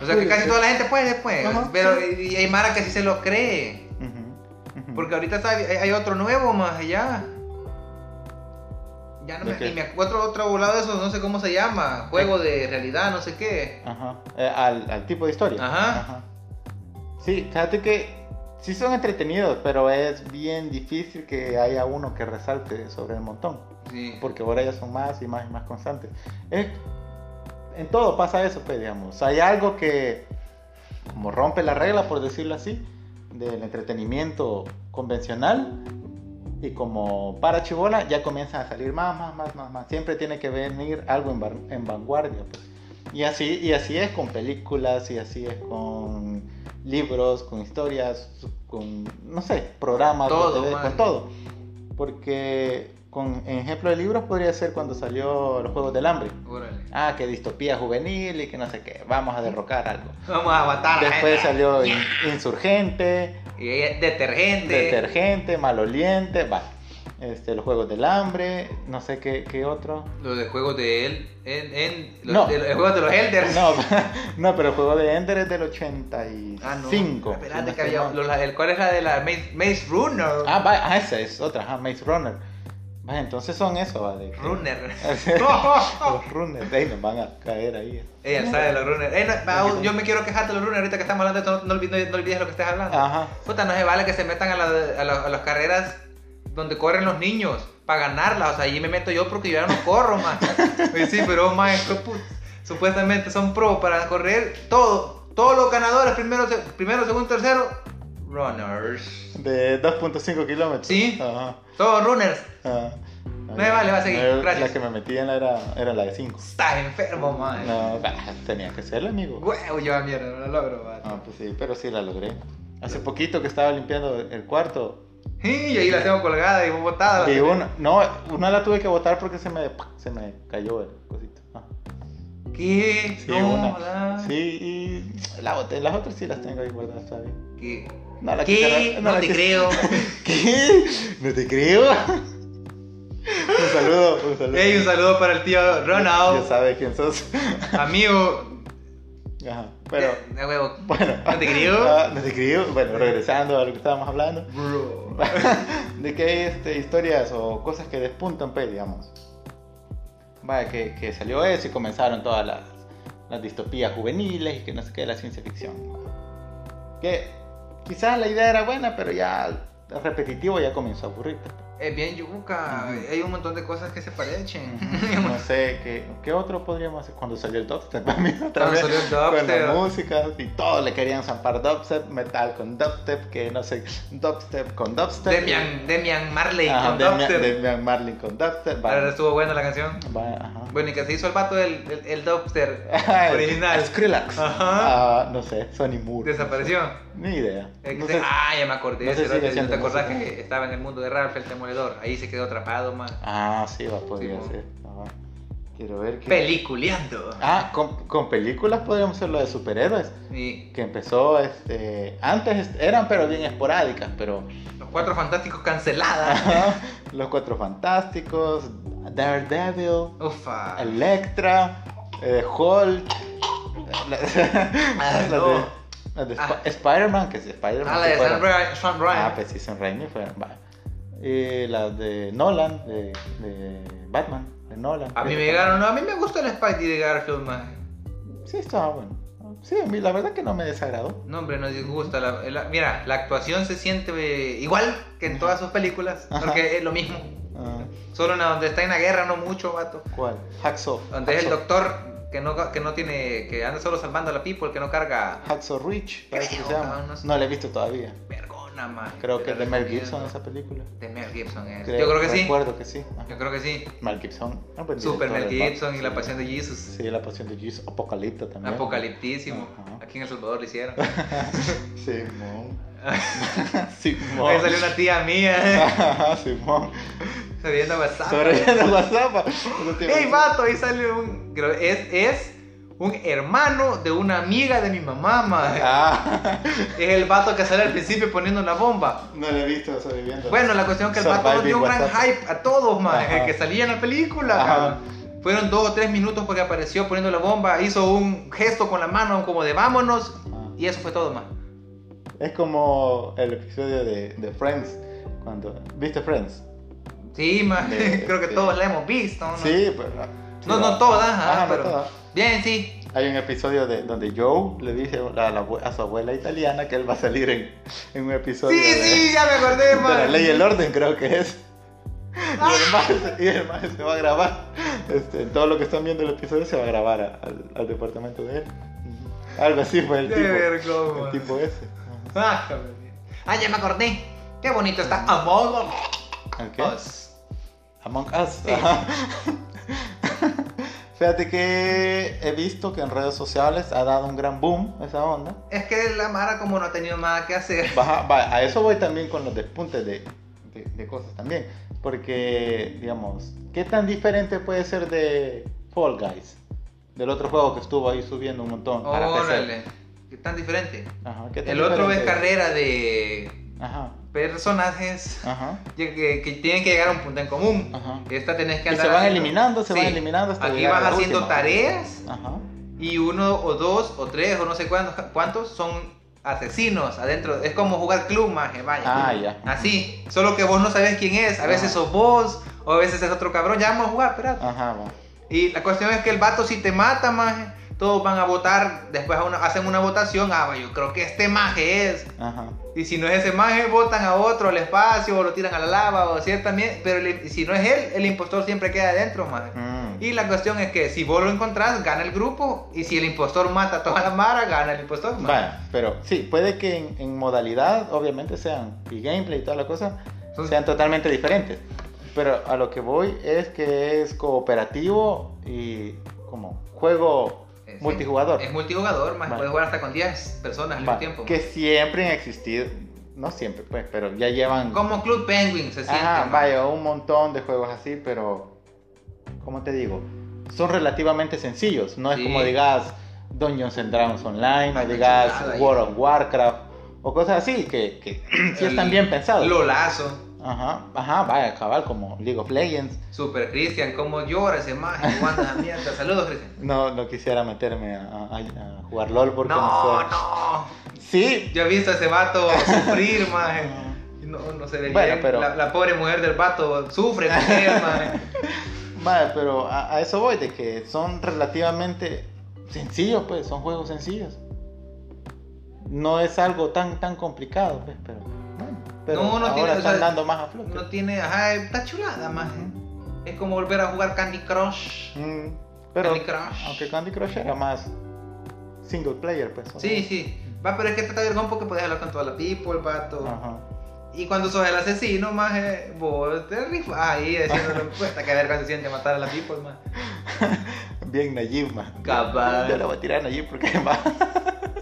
[SPEAKER 3] O sea que
[SPEAKER 2] Puede
[SPEAKER 3] casi
[SPEAKER 2] ser.
[SPEAKER 3] toda la gente puede, pues.
[SPEAKER 2] Ajá,
[SPEAKER 3] pero
[SPEAKER 2] sí.
[SPEAKER 3] y- y hay Mara que sí se lo cree.
[SPEAKER 2] ujú, ujú.
[SPEAKER 3] Porque ahorita sabe- hay, hay otro nuevo más allá. Ya no
[SPEAKER 2] ¿De
[SPEAKER 3] me,
[SPEAKER 2] qué?
[SPEAKER 3] ni me acuerdo otro volado de esos, no sé cómo se llama. Juego de realidad, no sé qué.
[SPEAKER 2] Ajá. eh, al, al tipo de historia.
[SPEAKER 3] Ajá.
[SPEAKER 2] Sí, fíjate que sí son entretenidos, pero es bien difícil que haya uno que resalte sobre el montón.
[SPEAKER 3] Sí.
[SPEAKER 2] Porque ahora ya son más y más y más constantes. Es, en todo pasa eso, pues, digamos. Hay algo que como rompe la regla, por decirlo así, del entretenimiento convencional. Y como para chibola ya comienzan a salir más, más, más, más, más. Siempre tiene que venir algo en, van- en vanguardia. pues. Y así, y así es con películas, y así es con libros, con historias, con, no sé, programas,
[SPEAKER 3] Todo,
[SPEAKER 2] con,
[SPEAKER 3] man.
[SPEAKER 2] con todo. Porque, con en ejemplo de libros, podría ser cuando salió Los Juegos del Hambre.
[SPEAKER 3] Órale.
[SPEAKER 2] Ah, que distopía juvenil y que no sé qué, vamos a derrocar algo.
[SPEAKER 3] Vamos a matar. a la
[SPEAKER 2] Después
[SPEAKER 3] gente.
[SPEAKER 2] salió In- Insurgente,
[SPEAKER 3] Y ella- detergente.
[SPEAKER 2] Detergente, Maloliente, va. Este, los Juegos del Hambre, no sé qué, qué otro.
[SPEAKER 3] Los de juegos de él. En, en, los,
[SPEAKER 2] No.
[SPEAKER 3] de, los juegos de los Elders.
[SPEAKER 2] No, *laughs* no, pero el juego de Ender es del 85.
[SPEAKER 3] Ah, no.
[SPEAKER 2] si no
[SPEAKER 3] Ah, Espérate, que
[SPEAKER 2] estoy
[SPEAKER 3] había.
[SPEAKER 2] mal.
[SPEAKER 3] los- la- el, ¿Cuál es la de la Maze, Maze Runner?
[SPEAKER 2] Ah, va, ah, esa es otra, ajá, Maze Runner. Va, entonces son eso, va. De, *laughs*
[SPEAKER 3] Runner. *laughs*
[SPEAKER 2] Los runners, ahí nos van a caer ahí.
[SPEAKER 3] Ella sabe de los runners. Eh, no, Mau, yo me quiero quejar de los runners ahorita que estamos hablando de esto. No, no olvides, no olvides lo que estás hablando.
[SPEAKER 2] Ajá.
[SPEAKER 3] Puta, no se vale que se metan a, la- a la- a las carreras donde corren los niños para ganarlas. O sea, ahí me meto yo porque yo ya no corro, man.
[SPEAKER 2] *laughs*
[SPEAKER 3] Y sí, pero, man, es que, put- supuestamente son pro para correr todo. Todos los ganadores, primero, se- primero segundo, tercero, runners.
[SPEAKER 2] De 2.5 kilómetros.
[SPEAKER 3] Sí.
[SPEAKER 2] Ajá.
[SPEAKER 3] Todos runners.
[SPEAKER 2] Ah.
[SPEAKER 3] No me vale, va a seguir,
[SPEAKER 2] No, yo-
[SPEAKER 3] gracias.
[SPEAKER 2] La que me metí en la era, era la de 5.
[SPEAKER 3] Estás enfermo, man.
[SPEAKER 2] No, bah, tenía que ser, amigo.
[SPEAKER 3] Huevo, yo a mierda, no lo logro, man.
[SPEAKER 2] Ah, pues sí, pero sí la logré. Hace poquito que estaba limpiando el cuarto.
[SPEAKER 3] Y ahí la tengo colgada y botada.
[SPEAKER 2] Y una, no, una la tuve que botar porque se me, se me cayó el cosito. Ah,
[SPEAKER 3] ¿Qué?
[SPEAKER 2] sí,
[SPEAKER 3] no,
[SPEAKER 2] una.
[SPEAKER 3] la-
[SPEAKER 2] Sí, y la boté. Las otras sí las tengo ahí guardadas, está bien.
[SPEAKER 3] ¿Qué?
[SPEAKER 2] No la
[SPEAKER 3] ¿Qué?
[SPEAKER 2] *laughs* quise-
[SPEAKER 3] No
[SPEAKER 2] la
[SPEAKER 3] te
[SPEAKER 2] quise-
[SPEAKER 3] creo. *laughs*
[SPEAKER 2] ¿Qué? No te creo. Un saludo, un saludo.
[SPEAKER 3] Ey, un saludo para el tío
[SPEAKER 2] Ya
[SPEAKER 3] Ronald,
[SPEAKER 2] sabe quién sos. *laughs*
[SPEAKER 3] amigo.
[SPEAKER 2] Ajá, pero
[SPEAKER 3] Eh, de huevo.
[SPEAKER 2] bueno.
[SPEAKER 3] ¿No te crió?
[SPEAKER 2] *laughs* Ah, no te crió. Bueno, regresando a lo que estábamos hablando.
[SPEAKER 3] Bro.
[SPEAKER 2] de que hay este, historias o cosas que despuntan, pues, digamos. Vaya, que, que salió eso y comenzaron todas las, las distopías juveniles y que no sé qué de la ciencia ficción. Que quizás la idea era buena, pero ya repetitivo ya comenzó a aburrirte.
[SPEAKER 3] Es Eh, bien yuca.
[SPEAKER 2] Ujú.
[SPEAKER 3] Hay un montón de cosas que se parecen.
[SPEAKER 2] No sé, ¿qué, qué otro podríamos hacer? Cuando salió el dubstep *laughs* también, otra
[SPEAKER 3] Cuando
[SPEAKER 2] vez,
[SPEAKER 3] salió el
[SPEAKER 2] Con la
[SPEAKER 3] dubstep.
[SPEAKER 2] música y todo le querían zampar dubstep, metal con dubstep, que no sé, dubstep con dubstep.
[SPEAKER 3] Demian, Demian Marley
[SPEAKER 2] Ajá,
[SPEAKER 3] con
[SPEAKER 2] Demian-
[SPEAKER 3] Dubstep.
[SPEAKER 2] Demian Marlin con dubstep.
[SPEAKER 3] La
[SPEAKER 2] va.
[SPEAKER 3] verdad estuvo buena la canción.
[SPEAKER 2] Va, ajá. *laughs*
[SPEAKER 3] Bueno, y que se hizo el vato del el, el Dubster
[SPEAKER 2] Ajá,
[SPEAKER 3] original.
[SPEAKER 2] Skrillex.
[SPEAKER 3] Ajá.
[SPEAKER 2] Ah, no sé, Sonny Moore.
[SPEAKER 3] Desapareció.
[SPEAKER 2] Ni idea.
[SPEAKER 3] El que
[SPEAKER 2] No
[SPEAKER 3] se-
[SPEAKER 2] sé.
[SPEAKER 3] ah, ya me acordé.
[SPEAKER 2] no sé
[SPEAKER 3] ese
[SPEAKER 2] si
[SPEAKER 3] rato,
[SPEAKER 2] le
[SPEAKER 3] ¿No te
[SPEAKER 2] sienten
[SPEAKER 3] acordás
[SPEAKER 2] música.
[SPEAKER 3] que estaba en el mundo de Ralph el Demoledor? Ahí se quedó atrapado, más.
[SPEAKER 2] Ah, sí, va, podría
[SPEAKER 3] Sí,
[SPEAKER 2] ser. Ajá. Quiero ver qué.
[SPEAKER 3] Peliculeando.
[SPEAKER 2] Ah, con, con películas podríamos hacer lo de superhéroes.
[SPEAKER 3] Y
[SPEAKER 2] Que empezó, este. Antes est- eran, pero bien esporádicas, pero.
[SPEAKER 3] los cuatro fantásticos
[SPEAKER 2] *laughs*
[SPEAKER 3] canceladas. *laughs*
[SPEAKER 2] Ajá. Los Cuatro Fantásticos, Daredevil,
[SPEAKER 3] Ufa.
[SPEAKER 2] Electra, eh, Hulk. la-
[SPEAKER 3] Ah,
[SPEAKER 2] *laughs* las
[SPEAKER 3] no.
[SPEAKER 2] de, las de Sp-
[SPEAKER 3] Ah.
[SPEAKER 2] Spider-man, que si Spider-Man.
[SPEAKER 3] Ah, la
[SPEAKER 2] sí
[SPEAKER 3] de
[SPEAKER 2] fuera-
[SPEAKER 3] Sam Ra- Sam Raimi.
[SPEAKER 2] Ah, pues sí, Sam Raimi fue. Va. Y las de Nolan, de, de Batman, de Nolan.
[SPEAKER 3] A mí me llegaron, no, a mí me gusta el Spidey de Garfield más.
[SPEAKER 2] Sí, estaba bueno. Sí, a mí la verdad que no me desagradó.
[SPEAKER 3] No, hombre, nos disgusta. la- la- mira, la actuación se siente eh, igual que en todas sus películas,
[SPEAKER 2] Ajá.
[SPEAKER 3] porque es lo mismo.
[SPEAKER 2] Ah,
[SPEAKER 3] Solo en la- donde está en la guerra, no mucho, vato.
[SPEAKER 2] ¿Cuál? Hacksaw.
[SPEAKER 3] Donde es el
[SPEAKER 2] Hacksaw-
[SPEAKER 3] doctor que no, que no tiene, que anda solo salvando a la people, que no carga
[SPEAKER 2] Hacksaw Rich, parece que
[SPEAKER 3] Creo,
[SPEAKER 2] se llama.
[SPEAKER 3] cabrón, no sé.
[SPEAKER 2] No la he visto todavía.
[SPEAKER 3] vergona, más.
[SPEAKER 2] Creo que es de Mel Gibson esa película.
[SPEAKER 3] De Mel Gibson, es.
[SPEAKER 2] Creo-
[SPEAKER 3] Yo creo que sí.
[SPEAKER 2] Recuerdo que sí. Ajá.
[SPEAKER 3] Yo creo que sí.
[SPEAKER 2] Mel Gibson. ah, buen
[SPEAKER 3] Super Mel
[SPEAKER 2] director, ¿verdad?
[SPEAKER 3] Gibson y la pasión de Jesus.
[SPEAKER 2] Sí, la pasión de Jesus. Apocalipto también.
[SPEAKER 3] Apocaliptísimo.
[SPEAKER 2] Ajá.
[SPEAKER 3] Aquí en El Salvador lo
[SPEAKER 2] *laughs*
[SPEAKER 3] hicieron. *laughs*
[SPEAKER 2] Simón. *laughs* Simón.
[SPEAKER 3] Ahí salió una tía mía, *laughs*
[SPEAKER 2] Ajá, *laughs* Simón.
[SPEAKER 3] sabiendo WhatsApp.
[SPEAKER 2] Sobreviviendo WhatsApp.
[SPEAKER 3] ¡Ey, vato! Ahí sale un. creo- Es, es un hermano de una amiga de mi mamá, madre.
[SPEAKER 2] Ah, *laughs*
[SPEAKER 3] Es el vato que sale al principio poniendo una bomba.
[SPEAKER 2] no lo he visto sobreviviendo.
[SPEAKER 3] Bueno, la cuestión es que el vato nos
[SPEAKER 2] Surviving
[SPEAKER 3] dio un gran
[SPEAKER 2] WhatsApp.
[SPEAKER 3] hype a todos, madre.
[SPEAKER 2] Ajá.
[SPEAKER 3] Que salía en la película,
[SPEAKER 2] Ajá.
[SPEAKER 3] cabrón. Fueron dos o tres minutos porque apareció poniendo la bomba. Hizo un gesto con la mano, como de vámonos.
[SPEAKER 2] Ah,
[SPEAKER 3] Y eso fue todo, más.
[SPEAKER 2] Es como el episodio de, de Friends. Cuando... ¿Viste Friends?
[SPEAKER 3] Sí, más.
[SPEAKER 2] Eh,
[SPEAKER 3] *laughs* Creo que
[SPEAKER 2] sí.
[SPEAKER 3] todos la hemos visto, ¿no?
[SPEAKER 2] Sí, pero...
[SPEAKER 3] No, no todas, ajá,
[SPEAKER 2] Ajá, no
[SPEAKER 3] pero-
[SPEAKER 2] todas.
[SPEAKER 3] Bien, sí.
[SPEAKER 2] Hay un episodio de, donde Joe le dice a, la abue- a su abuela italiana que él va a salir en, en un episodio
[SPEAKER 3] Sí,
[SPEAKER 2] de,
[SPEAKER 3] sí, ya me acordé,
[SPEAKER 2] de la
[SPEAKER 3] madre.
[SPEAKER 2] ley
[SPEAKER 3] *laughs*
[SPEAKER 2] y el orden, creo que es.
[SPEAKER 3] Ah.
[SPEAKER 2] Y el más, y el mae se va a grabar. Este, todo lo que están viendo el episodio se va a grabar a- al, al departamento de él. Algo así fue el
[SPEAKER 3] Qué
[SPEAKER 2] tipo.
[SPEAKER 3] vergón,
[SPEAKER 2] el
[SPEAKER 3] madre.
[SPEAKER 2] tipo ese.
[SPEAKER 3] Ah, cabrón. Ah, ya me acordé. Qué bonito está Among
[SPEAKER 2] ¿El qué?
[SPEAKER 3] Us.
[SPEAKER 2] Among Us. Ajá. *laughs* Fíjate que he visto que en redes sociales ha dado un gran boom esa onda.
[SPEAKER 3] Es que la Mara como no ha tenido nada que hacer.
[SPEAKER 2] Baja- va, a eso voy también con los despuntes de, de- de cosas también. Porque, digamos, ¿qué tan diferente puede ser de Fall Guys? Del otro juego que estuvo ahí subiendo un montón. para PC?
[SPEAKER 3] Órale. Qué tan diferente.
[SPEAKER 2] Ajá, ¿qué tan
[SPEAKER 3] El otro es
[SPEAKER 2] diferente?
[SPEAKER 3] carrera de
[SPEAKER 2] Ajá,
[SPEAKER 3] personajes
[SPEAKER 2] ajá,
[SPEAKER 3] que, que- que tienen que llegar a un punto en común.
[SPEAKER 2] ajá.
[SPEAKER 3] Esta tenés que
[SPEAKER 2] Ah. Y
[SPEAKER 3] andar.
[SPEAKER 2] se van
[SPEAKER 3] haciendo-
[SPEAKER 2] eliminando, se van
[SPEAKER 3] Sí.
[SPEAKER 2] eliminando hasta
[SPEAKER 3] Aquí
[SPEAKER 2] llegar a
[SPEAKER 3] vas
[SPEAKER 2] la
[SPEAKER 3] haciendo
[SPEAKER 2] última.
[SPEAKER 3] tareas
[SPEAKER 2] Ajá.
[SPEAKER 3] y uno o dos o tres o no sé cuántos, cuántos son asesinos adentro. Es como jugar club, maje, vaya.
[SPEAKER 2] Ah, ya. Ah.
[SPEAKER 3] Así, solo que vos no sabés quién es. A veces
[SPEAKER 2] Ajá.
[SPEAKER 3] sos vos, o a veces es otro cabrón. Ya vamos a jugar, espérate.
[SPEAKER 2] Ajá, va.
[SPEAKER 3] Y la cuestión es que el vato si te mata, maje, todos van a votar, después a una- hacen una votación, ah, yo creo que este maje es.
[SPEAKER 2] Ajá.
[SPEAKER 3] Y si no es ese maje, votan a otro al espacio, o lo tiran a la lava, o cierta también. Pero el- si no es él, el impostor siempre queda adentro, maje.
[SPEAKER 2] Mm.
[SPEAKER 3] Y la cuestión es que si vos lo encontrás, gana el grupo. Y si el impostor mata a toda la mara, gana el impostor. maje.
[SPEAKER 2] Vaya, pero sí, puede que en, en modalidad, obviamente sean, y gameplay y toda la cosa,
[SPEAKER 3] Son-
[SPEAKER 2] sean totalmente diferentes. Pero a lo que voy es que es cooperativo y como juego
[SPEAKER 3] Eh, sí.
[SPEAKER 2] multijugador.
[SPEAKER 3] Es multijugador, más
[SPEAKER 2] Vale.
[SPEAKER 3] puedes jugar hasta con 10 personas al mismo
[SPEAKER 2] Va,
[SPEAKER 3] tiempo.
[SPEAKER 2] que siempre han existido, no siempre, pues, pero ya llevan
[SPEAKER 3] Como Club Penguin se siente.
[SPEAKER 2] Ajá,
[SPEAKER 3] man.
[SPEAKER 2] Ah, vaya, un montón de juegos así, pero ¿cómo te digo? Son relativamente sencillos, no es
[SPEAKER 3] Sí.
[SPEAKER 2] como digas Dungeons and Dragons Online,
[SPEAKER 3] Ay,
[SPEAKER 2] o digas
[SPEAKER 3] chulada,
[SPEAKER 2] World of Warcraft o cosas así que, *clears throat* que sí
[SPEAKER 3] El-
[SPEAKER 2] están bien pensados.
[SPEAKER 3] Lolazo.
[SPEAKER 2] Ajá, ajá, vaya, cabal, como League of Legends.
[SPEAKER 3] Super Cristian, ¿cómo llora ese maje? Wanda, mierda. Saludos, Cristian.
[SPEAKER 2] No, no quisiera meterme a, a- a jugar LOL porque no,
[SPEAKER 3] No,
[SPEAKER 2] soy-
[SPEAKER 3] no.
[SPEAKER 2] Sí,
[SPEAKER 3] Yo he visto a ese vato sufrir,
[SPEAKER 2] *laughs*
[SPEAKER 3] maje. No, no se ve
[SPEAKER 2] Bueno,
[SPEAKER 3] bien.
[SPEAKER 2] pero-
[SPEAKER 3] La, la pobre mujer del vato sufre con
[SPEAKER 2] *laughs*
[SPEAKER 3] él, maje.
[SPEAKER 2] vaya, pero a, a eso voy, de que son relativamente sencillos, pues, son juegos sencillos. No es algo tan, tan complicado, pues, pero bueno, pero
[SPEAKER 3] No, no
[SPEAKER 2] ahora
[SPEAKER 3] tiene- o
[SPEAKER 2] están
[SPEAKER 3] sea,
[SPEAKER 2] dando más a flote.
[SPEAKER 3] No tiene, ajá, está chulada, maje. Es como volver a jugar Candy Crush.
[SPEAKER 2] Mm, pero,
[SPEAKER 3] Candy Crush.
[SPEAKER 2] aunque Candy Crush era más single player, pues. o
[SPEAKER 3] Sí, sí. Va, pero es que está vergón porque puedes hablar con toda la people, vato.
[SPEAKER 2] sea, ajá.
[SPEAKER 3] Y cuando sos el asesino, maje, vos te rifas ahí
[SPEAKER 2] *laughs*
[SPEAKER 3] haciendo puesta que verga se siente matar a la people, maje.
[SPEAKER 2] Bien Najib, man.
[SPEAKER 3] Cabal.
[SPEAKER 2] Yo le voy a tirar a Najib porque *laughs* va.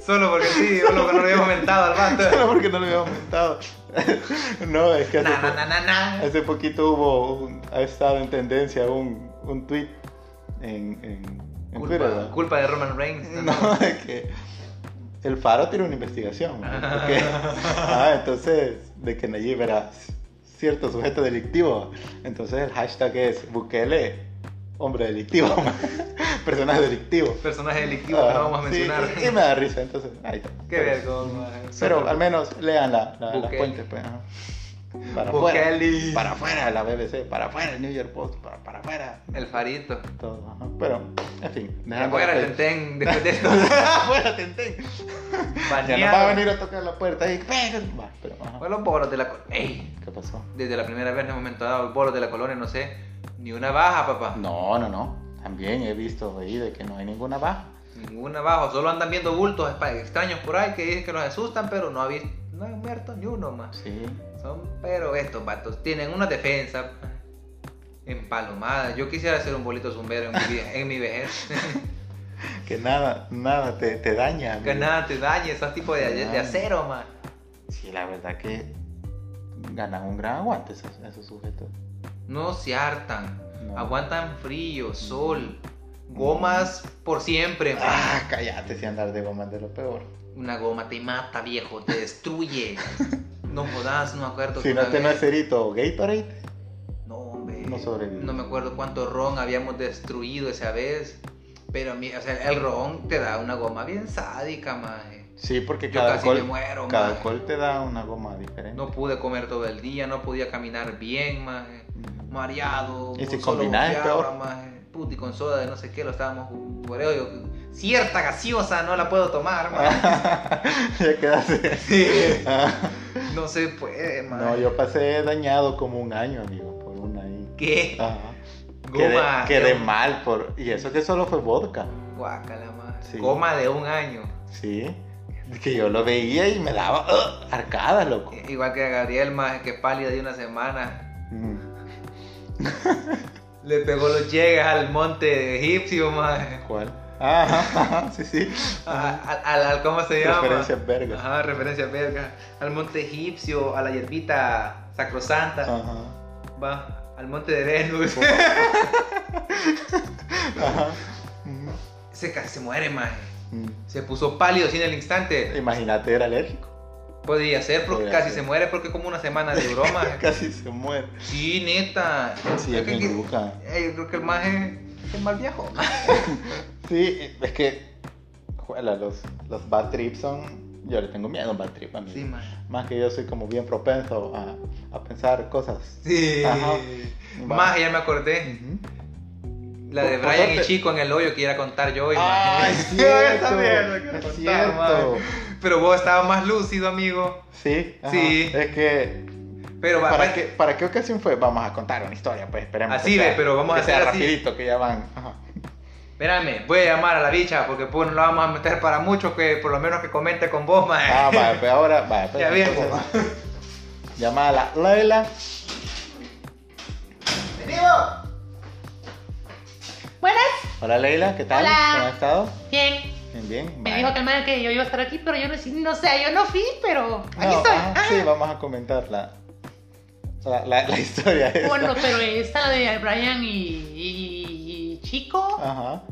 [SPEAKER 3] Solo porque sí, solo que no lo había comentado al vato.
[SPEAKER 2] *laughs* Solo porque no lo había aumentado. *laughs* no, es que hace,
[SPEAKER 3] Na, na,
[SPEAKER 2] po-
[SPEAKER 3] na, na, na.
[SPEAKER 2] hace poquito hubo, un- ha estado en tendencia un, un tweet en, en, en Twitter.
[SPEAKER 3] Culpa,
[SPEAKER 2] ¿verdad?
[SPEAKER 3] culpa de Roman Reigns. ¿no?
[SPEAKER 2] *laughs* No, es que el Faro tiene una investigación. ¿no?
[SPEAKER 3] *laughs*
[SPEAKER 2] Porque- ah, entonces, de que Nayib era cierto sujeto delictivo. Entonces el hashtag es Bukele, hombre delictivo, *laughs* personaje delictivo.
[SPEAKER 3] Personaje delictivo que no vamos a
[SPEAKER 2] Ah, sí,
[SPEAKER 3] mencionar.
[SPEAKER 2] y, y me da risa, entonces. Ahí está.
[SPEAKER 3] Qué vergón, eh. maje.
[SPEAKER 2] Pero al menos lean la, la, la
[SPEAKER 3] Bukele.
[SPEAKER 2] fuente, pues. ajá. Para afuera.
[SPEAKER 3] Bukele.
[SPEAKER 2] Para afuera la BBC, para afuera el New York Post, para, para afuera.
[SPEAKER 3] El farito.
[SPEAKER 2] Todo, ajá. Pero, en fin. dejando
[SPEAKER 3] Afuera,
[SPEAKER 2] la-
[SPEAKER 3] Tenten, después de esto.
[SPEAKER 2] Afuera, Tenten. *laughs* Ya nos va a
[SPEAKER 3] Baneado.
[SPEAKER 2] venir a tocar la puerta y. ven, va, pero, ajá.
[SPEAKER 3] Fue los boros de la col- Ey,
[SPEAKER 2] ¿Qué pasó?
[SPEAKER 3] desde la primera vez en un momento dado, los boros de la colonia, no sé, ni una baja, papá.
[SPEAKER 2] No, no, no. También he visto ahí de que no hay ninguna baja.
[SPEAKER 3] Ninguna baja, solo andan viendo bultos espa- extraños por ahí que dicen que los asustan, pero no ha visto, no ha muerto ni uno más.
[SPEAKER 2] Sí.
[SPEAKER 3] Son, pero estos vatos tienen una defensa empalomada. Yo quisiera ser un bolito zumbero en mi, vie- en mi vejez.
[SPEAKER 2] Que nada, nada te, te daña.
[SPEAKER 3] que
[SPEAKER 2] amigo.
[SPEAKER 3] nada te dañe, esos tipos de, de acero, man.
[SPEAKER 2] Sí, la verdad que ganan un gran aguante esos, esos sujetos.
[SPEAKER 3] No se hartan,
[SPEAKER 2] No.
[SPEAKER 3] aguantan frío, sol, gomas por siempre.
[SPEAKER 2] *laughs*
[SPEAKER 3] man.
[SPEAKER 2] Ah, cállate si andar de goma es de lo peor.
[SPEAKER 3] Una goma te mata, viejo, te
[SPEAKER 2] *laughs*
[SPEAKER 3] destruye. No jodas, no me acuerdo.
[SPEAKER 2] Si
[SPEAKER 3] que
[SPEAKER 2] no
[SPEAKER 3] una
[SPEAKER 2] tenés
[SPEAKER 3] vez-
[SPEAKER 2] cerito o Gatorade,
[SPEAKER 3] No, hombre.
[SPEAKER 2] no sobrevives.
[SPEAKER 3] No me acuerdo cuánto ron habíamos destruido esa vez. Pero mi- o sea, el ron te da una goma bien sádica, maje.
[SPEAKER 2] Sí, porque
[SPEAKER 3] Yo
[SPEAKER 2] cada
[SPEAKER 3] casi
[SPEAKER 2] alcohol,
[SPEAKER 3] me muero,
[SPEAKER 2] cada
[SPEAKER 3] maje.
[SPEAKER 2] alcohol te da una goma diferente.
[SPEAKER 3] No pude comer todo el día, no podía caminar bien, maje.
[SPEAKER 2] Mm.
[SPEAKER 3] Mareado.
[SPEAKER 2] Y si
[SPEAKER 3] con solo
[SPEAKER 2] combinás, es
[SPEAKER 3] boqueaba,
[SPEAKER 2] peor.
[SPEAKER 3] maje. Puta, y con soda de no sé qué, lo estábamos por ello. yo- Cierta gaseosa no la puedo tomar,
[SPEAKER 2] Ah.
[SPEAKER 3] maje.
[SPEAKER 2] *laughs* ya quedaste. Ah,
[SPEAKER 3] No se puede, maje.
[SPEAKER 2] no, yo pasé dañado como un año, amigo, por una ahí.
[SPEAKER 3] ¿Qué?
[SPEAKER 2] Ajá. Quedé,
[SPEAKER 3] Goma.
[SPEAKER 2] quedé
[SPEAKER 3] de un-
[SPEAKER 2] mal por. Y eso que solo fue vodka.
[SPEAKER 3] Guácala, maje.
[SPEAKER 2] Sí.
[SPEAKER 3] Goma de un año.
[SPEAKER 2] Sí. Que yo lo veía y me daba ¡ugh! arcada, loco.
[SPEAKER 3] Igual que a Gabriel, maje, que pálida de una semana.
[SPEAKER 2] Mm.
[SPEAKER 3] Le pegó los llegues al monte egipcio, maje.
[SPEAKER 2] ¿Cuál? Ajá, ajá, sí, sí.
[SPEAKER 3] A- a- Al, al- ¿Cómo se llama?
[SPEAKER 2] Referencias vergas.
[SPEAKER 3] Ajá, referencia verga. Al monte egipcio, a la hierbita
[SPEAKER 2] Ah.
[SPEAKER 3] sacrosanta.
[SPEAKER 2] Ajá.
[SPEAKER 3] Va, al monte de *laughs* Venus.
[SPEAKER 2] Ajá. Mm.
[SPEAKER 3] se casi se muere, maje.
[SPEAKER 2] Mm.
[SPEAKER 3] Se puso pálido sin el instante.
[SPEAKER 2] Imagínate, era alérgico.
[SPEAKER 3] Podía ser, porque
[SPEAKER 2] Podía
[SPEAKER 3] casi
[SPEAKER 2] ser.
[SPEAKER 3] se muere, porque como una semana de broma.
[SPEAKER 2] *laughs* Casi se muere.
[SPEAKER 3] sí, neta.
[SPEAKER 2] Sí,
[SPEAKER 3] Yo
[SPEAKER 2] es
[SPEAKER 3] creo
[SPEAKER 2] bien
[SPEAKER 3] que-
[SPEAKER 2] ruca.
[SPEAKER 3] eh, yo creo que el maje es mal viejo.
[SPEAKER 2] Sí, es que. Juela, los, los bad trips son. Yo le tengo miedo a un bad trip a mí.
[SPEAKER 3] Sí, maje.
[SPEAKER 2] Más que yo soy como bien propenso a, a pensar cosas.
[SPEAKER 3] Sí.
[SPEAKER 2] Ajá.
[SPEAKER 3] Maje, ya me acordé.
[SPEAKER 2] Ujú.
[SPEAKER 3] La de
[SPEAKER 2] Por- por
[SPEAKER 3] Brian y
[SPEAKER 2] suerte-
[SPEAKER 3] Chico en el hoyo que iba a contar yo hoy.
[SPEAKER 2] Ah,
[SPEAKER 3] maje.
[SPEAKER 2] es
[SPEAKER 3] Esa
[SPEAKER 2] cierto.
[SPEAKER 3] mierda que
[SPEAKER 2] es
[SPEAKER 3] contar,
[SPEAKER 2] cierto.
[SPEAKER 3] maje. Pero vos estabas más lúcido, amigo.
[SPEAKER 2] Sí, ajá.
[SPEAKER 3] Sí.
[SPEAKER 2] Es que
[SPEAKER 3] Pero va-
[SPEAKER 2] ¿para
[SPEAKER 3] va-
[SPEAKER 2] qué, ¿para qué ocasión fue? Vamos a contar una historia, pues esperemos.
[SPEAKER 3] Así
[SPEAKER 2] que
[SPEAKER 3] ve,
[SPEAKER 2] sea-
[SPEAKER 3] pero vamos
[SPEAKER 2] que
[SPEAKER 3] a
[SPEAKER 2] sea
[SPEAKER 3] hacer así.
[SPEAKER 2] rapidito, que ya van. Ajá.
[SPEAKER 3] Espérame, voy a llamar a la bicha porque pues no la vamos a meter para mucho que por lo menos que comente con vos, maje.
[SPEAKER 2] Ah, vale, pues ahora, vale,
[SPEAKER 3] *laughs*
[SPEAKER 2] pues,
[SPEAKER 3] Ya bien,
[SPEAKER 2] entonces, Llama a la Lola.
[SPEAKER 3] ¡Venido!
[SPEAKER 4] Buenas.
[SPEAKER 2] Hola Leila, ¿qué tal?
[SPEAKER 4] Hola.
[SPEAKER 2] ¿Cómo has estado?
[SPEAKER 4] Bien.
[SPEAKER 2] Bien, bien.
[SPEAKER 4] Me
[SPEAKER 2] vale.
[SPEAKER 4] dijo que el man que yo iba a estar aquí, pero yo no, no sé, yo no fui, pero aquí
[SPEAKER 2] No,
[SPEAKER 4] estoy.
[SPEAKER 2] ajá,
[SPEAKER 4] Ah,
[SPEAKER 2] Sí, vamos a comentar la, la, la, *laughs* la historia. esa.
[SPEAKER 4] bueno, pero esta la de Brian y, y- y Chico,
[SPEAKER 2] Ajá.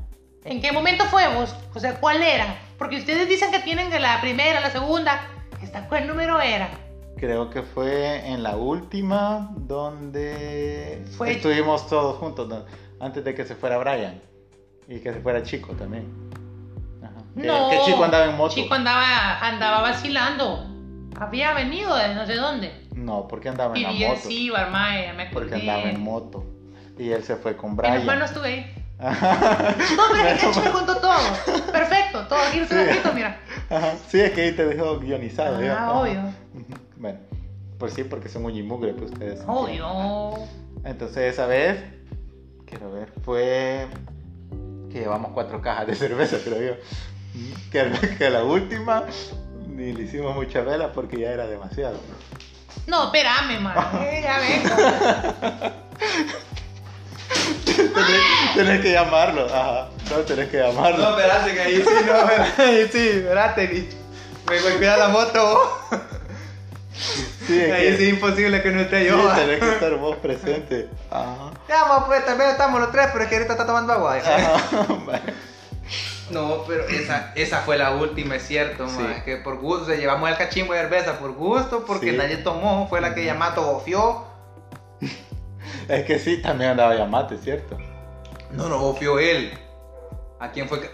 [SPEAKER 4] ¿en qué momento fue vos? O sea,
[SPEAKER 2] Eh,
[SPEAKER 4] ¿cuál era? Porque ustedes dicen que tienen la primera, la segunda. ¿Esta cuál número era?
[SPEAKER 2] Creo que fue en la última donde
[SPEAKER 4] Fue-
[SPEAKER 2] estuvimos todos juntos, ¿no? antes de que se fuera Brian y que se fuera Chico también. Ajá. Que,
[SPEAKER 4] No.
[SPEAKER 2] que Chico andaba en moto.
[SPEAKER 4] Chico andaba, andaba vacilando. Había venido de no sé dónde.
[SPEAKER 2] No, porque andaba en
[SPEAKER 4] Y
[SPEAKER 2] la
[SPEAKER 4] bien
[SPEAKER 2] moto.
[SPEAKER 4] sí, Barmae, me acordé.
[SPEAKER 2] Porque andaba en moto. Y él se fue con
[SPEAKER 4] Menos mal
[SPEAKER 2] Brian.
[SPEAKER 4] no estuve ahí. No, pero es que Cacho me contó todo. Perfecto, todo aquí se lo
[SPEAKER 2] Sí.
[SPEAKER 4] quito, mira.
[SPEAKER 2] *laughs* Ajá. Sí, es que ahí te dejó guionizado. ¿eh?
[SPEAKER 4] Ah,
[SPEAKER 2] Ajá.
[SPEAKER 4] obvio.
[SPEAKER 2] Ujú. Bueno, pues sí, porque son uñimugre, pues ustedes.
[SPEAKER 4] Ah, Obvio.
[SPEAKER 2] Entonces esa vez, quiero ver, fue que llevamos cuatro cajas de *laughs* cerveza, creo yo. Que, al- *laughs* que a la última ni le hicimos mucha vela porque ya era demasiado.
[SPEAKER 4] No, espérame, mano.
[SPEAKER 2] Ah.
[SPEAKER 4] Eh, Ya vengo.
[SPEAKER 2] Tenés, tenés que llamarlo, ajá. No, tenés que
[SPEAKER 1] No,
[SPEAKER 2] llamarlo.
[SPEAKER 1] espérate, que ahí sí, no, espérate, ahí sí, espérate. ni- Me golpea la moto, vos.
[SPEAKER 2] Sí, es
[SPEAKER 1] Ahí
[SPEAKER 2] que-
[SPEAKER 1] sí, imposible que no esté
[SPEAKER 2] sí,
[SPEAKER 1] yo. va.
[SPEAKER 2] tenés que estar vos presente. Ajá.
[SPEAKER 3] Ya, ma, pues también estamos los tres, pero es que ahorita está tomando agua. deja.
[SPEAKER 2] Ajá. Bueno.
[SPEAKER 3] No, pero esa, esa fue la última, es cierto,
[SPEAKER 2] Sí.
[SPEAKER 3] ma, que por gusto, se llevamos el cachimbo de cerveza por gusto, porque
[SPEAKER 2] Sí.
[SPEAKER 3] nadie tomó, fue la que Yamato gofió.
[SPEAKER 2] Es que sí, también andaba Yamate, ¿cierto?
[SPEAKER 3] No, no gofió él. ¿A quién fue que...?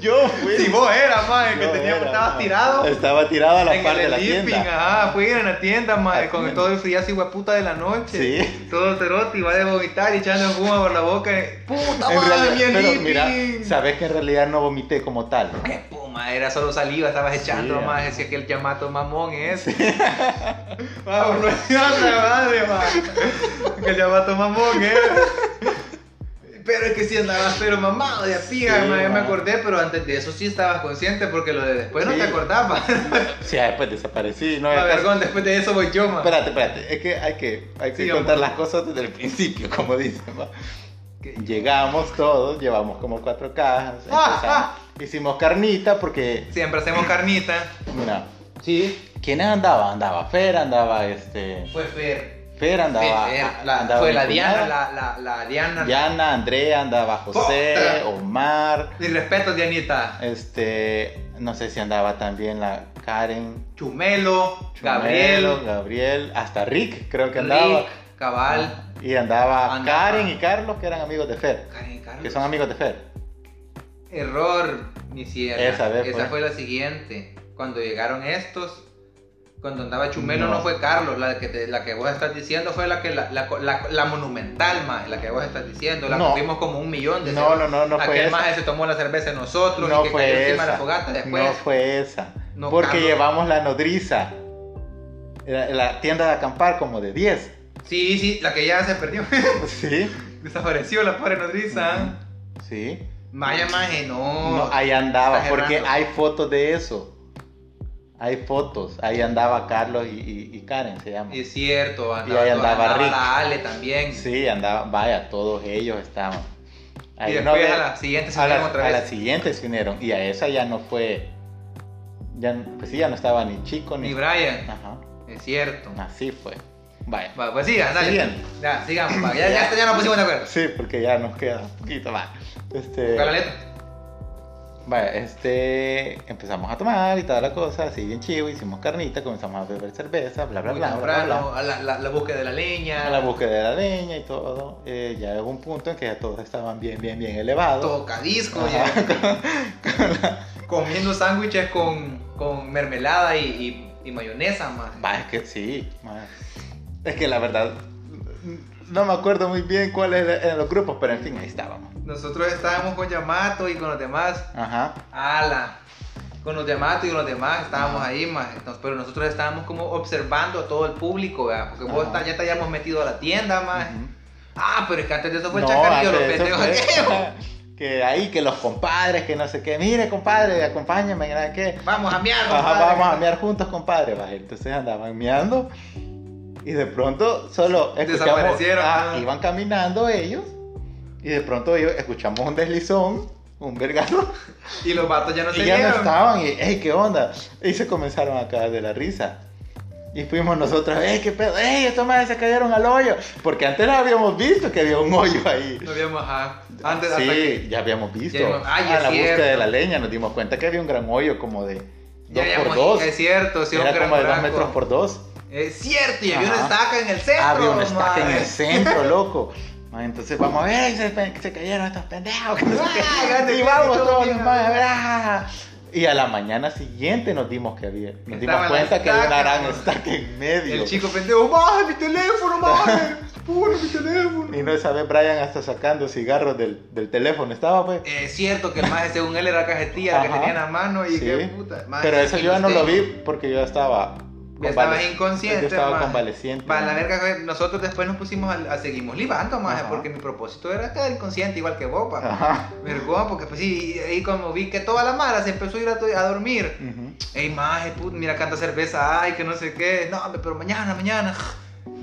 [SPEAKER 2] Yo fui.
[SPEAKER 3] Si vos eras, ma, el que
[SPEAKER 2] Yo
[SPEAKER 3] tenía,
[SPEAKER 2] era,
[SPEAKER 3] estabas
[SPEAKER 2] ajá.
[SPEAKER 3] tirado.
[SPEAKER 2] Estaba tirado a la par de la
[SPEAKER 3] sleeping,
[SPEAKER 2] tienda.
[SPEAKER 3] ajá, fui en la tienda, madre,
[SPEAKER 2] Ah,
[SPEAKER 3] con
[SPEAKER 2] bien.
[SPEAKER 3] todo el frillazo hueputa de la noche.
[SPEAKER 2] Sí.
[SPEAKER 3] Todo cerote, iba de vomitar y echando espuma por la boca. ¡Puta
[SPEAKER 2] En
[SPEAKER 3] madre,
[SPEAKER 2] realidad-
[SPEAKER 3] mi
[SPEAKER 2] pero
[SPEAKER 3] sleeping!
[SPEAKER 2] mira, sabes que en realidad no vomité como tal.
[SPEAKER 3] Espuma, era solo saliva, estabas echando,
[SPEAKER 2] Sí,
[SPEAKER 3] más
[SPEAKER 2] ajá.
[SPEAKER 3] decía que el Yamato mamón es. *laughs* Vamos, no es la madre, ma. Que el Yamato mamón es. Pero es que sí andabas pero mamado de piga,
[SPEAKER 2] Sí,
[SPEAKER 3] ma, ya me
[SPEAKER 2] ma.
[SPEAKER 3] acordé, pero antes de eso sí estabas consciente porque lo de después no
[SPEAKER 2] Sí.
[SPEAKER 3] te acordabas.
[SPEAKER 2] Sí, ah, después desaparecí.
[SPEAKER 3] *laughs*
[SPEAKER 2] No,
[SPEAKER 3] Ma,
[SPEAKER 2] después-
[SPEAKER 3] vergón, después de eso voy yo, ma.
[SPEAKER 2] Espérate, espérate. Es que hay que, hay que
[SPEAKER 3] Sí,
[SPEAKER 2] contar
[SPEAKER 3] vamos.
[SPEAKER 2] las cosas desde el principio, como dicen. ¿va?
[SPEAKER 3] Que-
[SPEAKER 2] Llegamos todos, llevamos como cuatro cajas.
[SPEAKER 3] Ah,
[SPEAKER 2] empezamos.
[SPEAKER 3] ah.
[SPEAKER 2] Hicimos carnita porque,
[SPEAKER 3] Siempre hacemos carnita.
[SPEAKER 2] mira,
[SPEAKER 3] Sí.
[SPEAKER 2] ¿quiénes andaban? Andaba Fer, andaba este.
[SPEAKER 3] Fue Fer.
[SPEAKER 2] Fer andaba.
[SPEAKER 3] Fer, Fer, la-
[SPEAKER 2] andaba
[SPEAKER 3] fue
[SPEAKER 2] mi
[SPEAKER 3] la Diana,
[SPEAKER 2] cuñada.
[SPEAKER 3] la, la, la Diana.
[SPEAKER 2] Diana, Andrea, andaba José,
[SPEAKER 3] Puta.
[SPEAKER 2] Omar.
[SPEAKER 3] Mis respetos, Dianita.
[SPEAKER 2] Este, no sé si andaba también la Karen,
[SPEAKER 3] Chumelo,
[SPEAKER 2] Chumelo,
[SPEAKER 3] Gabriel,
[SPEAKER 2] Gabriel, hasta Rick creo que andaba.
[SPEAKER 3] Rick, Cabal.
[SPEAKER 2] Y andaba,
[SPEAKER 3] Andaba.
[SPEAKER 2] Karen y Carlos que eran amigos de Fer,
[SPEAKER 3] Karen Carlos.
[SPEAKER 2] Ah. que son amigos de Fer.
[SPEAKER 3] Error, mi sierra.
[SPEAKER 2] Esa, a ver,
[SPEAKER 3] Esa
[SPEAKER 2] pues.
[SPEAKER 3] fue la siguiente. Cuando llegaron estos, cuando andaba Chumelo
[SPEAKER 2] No.
[SPEAKER 3] no, fue Carlos, la que, te- la que vos estás diciendo fue la que la, la, la- la monumental más, la que vos estás diciendo, la
[SPEAKER 2] No.
[SPEAKER 3] tuvimos como un millón de
[SPEAKER 2] No, no, no, no fue
[SPEAKER 3] Aquel
[SPEAKER 2] esa.
[SPEAKER 3] maje se tomó la cerveza de nosotros
[SPEAKER 2] No
[SPEAKER 3] y que
[SPEAKER 2] fue
[SPEAKER 3] cayó encima de
[SPEAKER 2] esa.
[SPEAKER 3] la fogata después.
[SPEAKER 2] No fue esa.
[SPEAKER 3] No,
[SPEAKER 2] porque
[SPEAKER 3] Carlos.
[SPEAKER 2] llevamos la nodriza. La, la tienda de acampar como de 10.
[SPEAKER 3] Sí, sí, la que ya se perdió.
[SPEAKER 2] *laughs*
[SPEAKER 3] *laughs*
[SPEAKER 2] Sí.
[SPEAKER 3] Desapareció la pobre nodriza.
[SPEAKER 2] Sí.
[SPEAKER 3] Maya maje, no.
[SPEAKER 2] No, ahí andaba,
[SPEAKER 3] estás
[SPEAKER 2] porque
[SPEAKER 3] errando.
[SPEAKER 2] hay fotos de eso. Hay fotos. Ahí andaba Carlos y, y- y Karen, se llama.
[SPEAKER 3] Es cierto, andaba,
[SPEAKER 2] Y ahí andaba
[SPEAKER 3] andaba
[SPEAKER 2] Rick.
[SPEAKER 3] la Ale también.
[SPEAKER 2] Sí, andaba, vaya, todos ellos estaban.
[SPEAKER 3] Y
[SPEAKER 2] Ahí no
[SPEAKER 3] después
[SPEAKER 2] ve-
[SPEAKER 3] a la siguiente se
[SPEAKER 2] a la-
[SPEAKER 3] unieron otra
[SPEAKER 2] a
[SPEAKER 3] vez.
[SPEAKER 2] la siguiente se unieron. Y a esa ya no fue. Ya, n- pues sí, ya no estaba ni chico ni.
[SPEAKER 3] Ni Brian,
[SPEAKER 2] Ajá.
[SPEAKER 3] es cierto.
[SPEAKER 2] Así fue. Vaya.
[SPEAKER 3] Va, pues sigan, dale.
[SPEAKER 2] Sigan.
[SPEAKER 3] Ya, sigan, va. Ya, ya, hasta ya nos pusimos de acuerdo.
[SPEAKER 2] Sí, porque ya nos queda un poquito más. Este.
[SPEAKER 3] Busca la letra.
[SPEAKER 2] Vaya, este. Empezamos a tomar y toda la cosa, así bien chivo. Hicimos carnita, comenzamos a beber cerveza, bla, bla,
[SPEAKER 3] Muy
[SPEAKER 2] bla, bla, bla, bla.
[SPEAKER 3] temprano, a la, la- la búsqueda de la leña.
[SPEAKER 2] A la búsqueda de la leña y todo. eh, ya hubo un punto en que ya todos estaban bien, bien, bien elevados.
[SPEAKER 3] Tocadisco,
[SPEAKER 2] Ajá.
[SPEAKER 3] ya. *laughs* Comiendo sándwiches con, con mermelada y, y- y mayonesa, más.
[SPEAKER 2] Va, es que sí. ma. Es que la verdad, no me acuerdo muy bien cuáles era- eran los grupos, pero en fin, ahí estábamos.
[SPEAKER 3] Nosotros estábamos con Yamato y con los demás.
[SPEAKER 2] Ajá.
[SPEAKER 3] Ala. Con los demás y con los demás estábamos
[SPEAKER 2] Ajá.
[SPEAKER 3] ahí más. Entonces, pero nosotros estábamos como observando a todo el público, ¿verdad? Porque vos
[SPEAKER 2] Ajá.
[SPEAKER 3] ta- ya te habíamos metido a la tienda más.
[SPEAKER 2] Ujú.
[SPEAKER 3] Ah, pero es que antes de eso fue el
[SPEAKER 2] No,
[SPEAKER 3] chacarrillo, los
[SPEAKER 2] antes de eso
[SPEAKER 3] pendejos.
[SPEAKER 2] fue- *laughs* Que ahí, que los compadres, que no sé qué. Mire, compadre, acompáñame, que nada que.
[SPEAKER 3] *laughs* Vamos a miar,
[SPEAKER 2] Ajá,
[SPEAKER 3] compadre.
[SPEAKER 2] vamos a mear juntos, compadre. va. Entonces andaban meando y de pronto solo escuchamos-
[SPEAKER 3] Desaparecieron,
[SPEAKER 2] ah,
[SPEAKER 3] ah.
[SPEAKER 2] iban caminando ellos y de pronto ellos escuchamos un deslizón, un vergazo
[SPEAKER 3] Y los vatos ya no se
[SPEAKER 2] y ya no
[SPEAKER 3] vieron.
[SPEAKER 2] estaban y, hey, ¿qué onda? Y se comenzaron a caer de la risa. Y fuimos nosotros, hey, qué pedo, hey, estos madres se cayeron al hoyo. Porque antes no habíamos visto que había un hoyo ahí.
[SPEAKER 3] No habíamos, ajá. Antes, hasta
[SPEAKER 2] sí,
[SPEAKER 3] que...
[SPEAKER 2] ya habíamos visto.
[SPEAKER 3] Ya habíamos- ay,
[SPEAKER 2] a
[SPEAKER 3] es
[SPEAKER 2] la búsqueda
[SPEAKER 3] cierto.
[SPEAKER 2] de la leña nos dimos cuenta que había un gran hoyo como de
[SPEAKER 3] Ya
[SPEAKER 2] Dos por
[SPEAKER 3] habíamos-
[SPEAKER 2] dos.
[SPEAKER 3] Es cierto, sí, un
[SPEAKER 2] Era
[SPEAKER 3] gran
[SPEAKER 2] como de dos
[SPEAKER 3] blanco.
[SPEAKER 2] metros por dos.
[SPEAKER 3] Es cierto, y había una
[SPEAKER 2] Ajá.
[SPEAKER 3] estaca en el centro.
[SPEAKER 2] Había una estaca en
[SPEAKER 3] madre.
[SPEAKER 2] el centro, loco. Man, entonces vamos a ver, se, pe- se cayeron estos pendejos. que no sé qué.
[SPEAKER 3] Ah, grande,
[SPEAKER 2] y vamos
[SPEAKER 3] grande,
[SPEAKER 2] todos
[SPEAKER 3] mira.
[SPEAKER 2] los manes, a ver, ah. Y a la mañana siguiente nos dimos que había, nos dimos
[SPEAKER 3] Estaba la
[SPEAKER 2] cuenta que había una
[SPEAKER 3] estaca,
[SPEAKER 2] gran
[SPEAKER 3] mano.
[SPEAKER 2] estaca en medio.
[SPEAKER 3] El chico pendejo, maje, mi teléfono,
[SPEAKER 2] *laughs*
[SPEAKER 3] maje. Puro mi teléfono.
[SPEAKER 2] Y no sabes, Brian hasta sacando cigarros del, del teléfono estaba, pues.
[SPEAKER 3] Eh, Es cierto que el maje, según él, era cajetilla la que
[SPEAKER 2] Ajá.
[SPEAKER 3] tenía en la mano y
[SPEAKER 2] Sí.
[SPEAKER 3] qué puta. maje,
[SPEAKER 2] Pero eso
[SPEAKER 3] y
[SPEAKER 2] yo ya no
[SPEAKER 3] usted-
[SPEAKER 2] lo vi porque yo estaba.
[SPEAKER 3] Ya estaba
[SPEAKER 2] convalec-
[SPEAKER 3] inconsciente.
[SPEAKER 2] Yo estaba
[SPEAKER 3] maje.
[SPEAKER 2] convaleciente.
[SPEAKER 3] Para la verga, güey, nosotros después nos pusimos a, a seguimos libando, maje,
[SPEAKER 2] Ajá.
[SPEAKER 3] porque mi propósito era quedar inconsciente igual que vos, pa.
[SPEAKER 2] Ajá.
[SPEAKER 3] Vergón, porque pues sí, y ahí como vi que toda la mara se empezó a ir a, to- a dormir. *laughs*
[SPEAKER 2] Ujú.
[SPEAKER 3] Ey, maje, put, mira canta cerveza, ay, que no sé qué. No, hombre, pero mañana, mañana.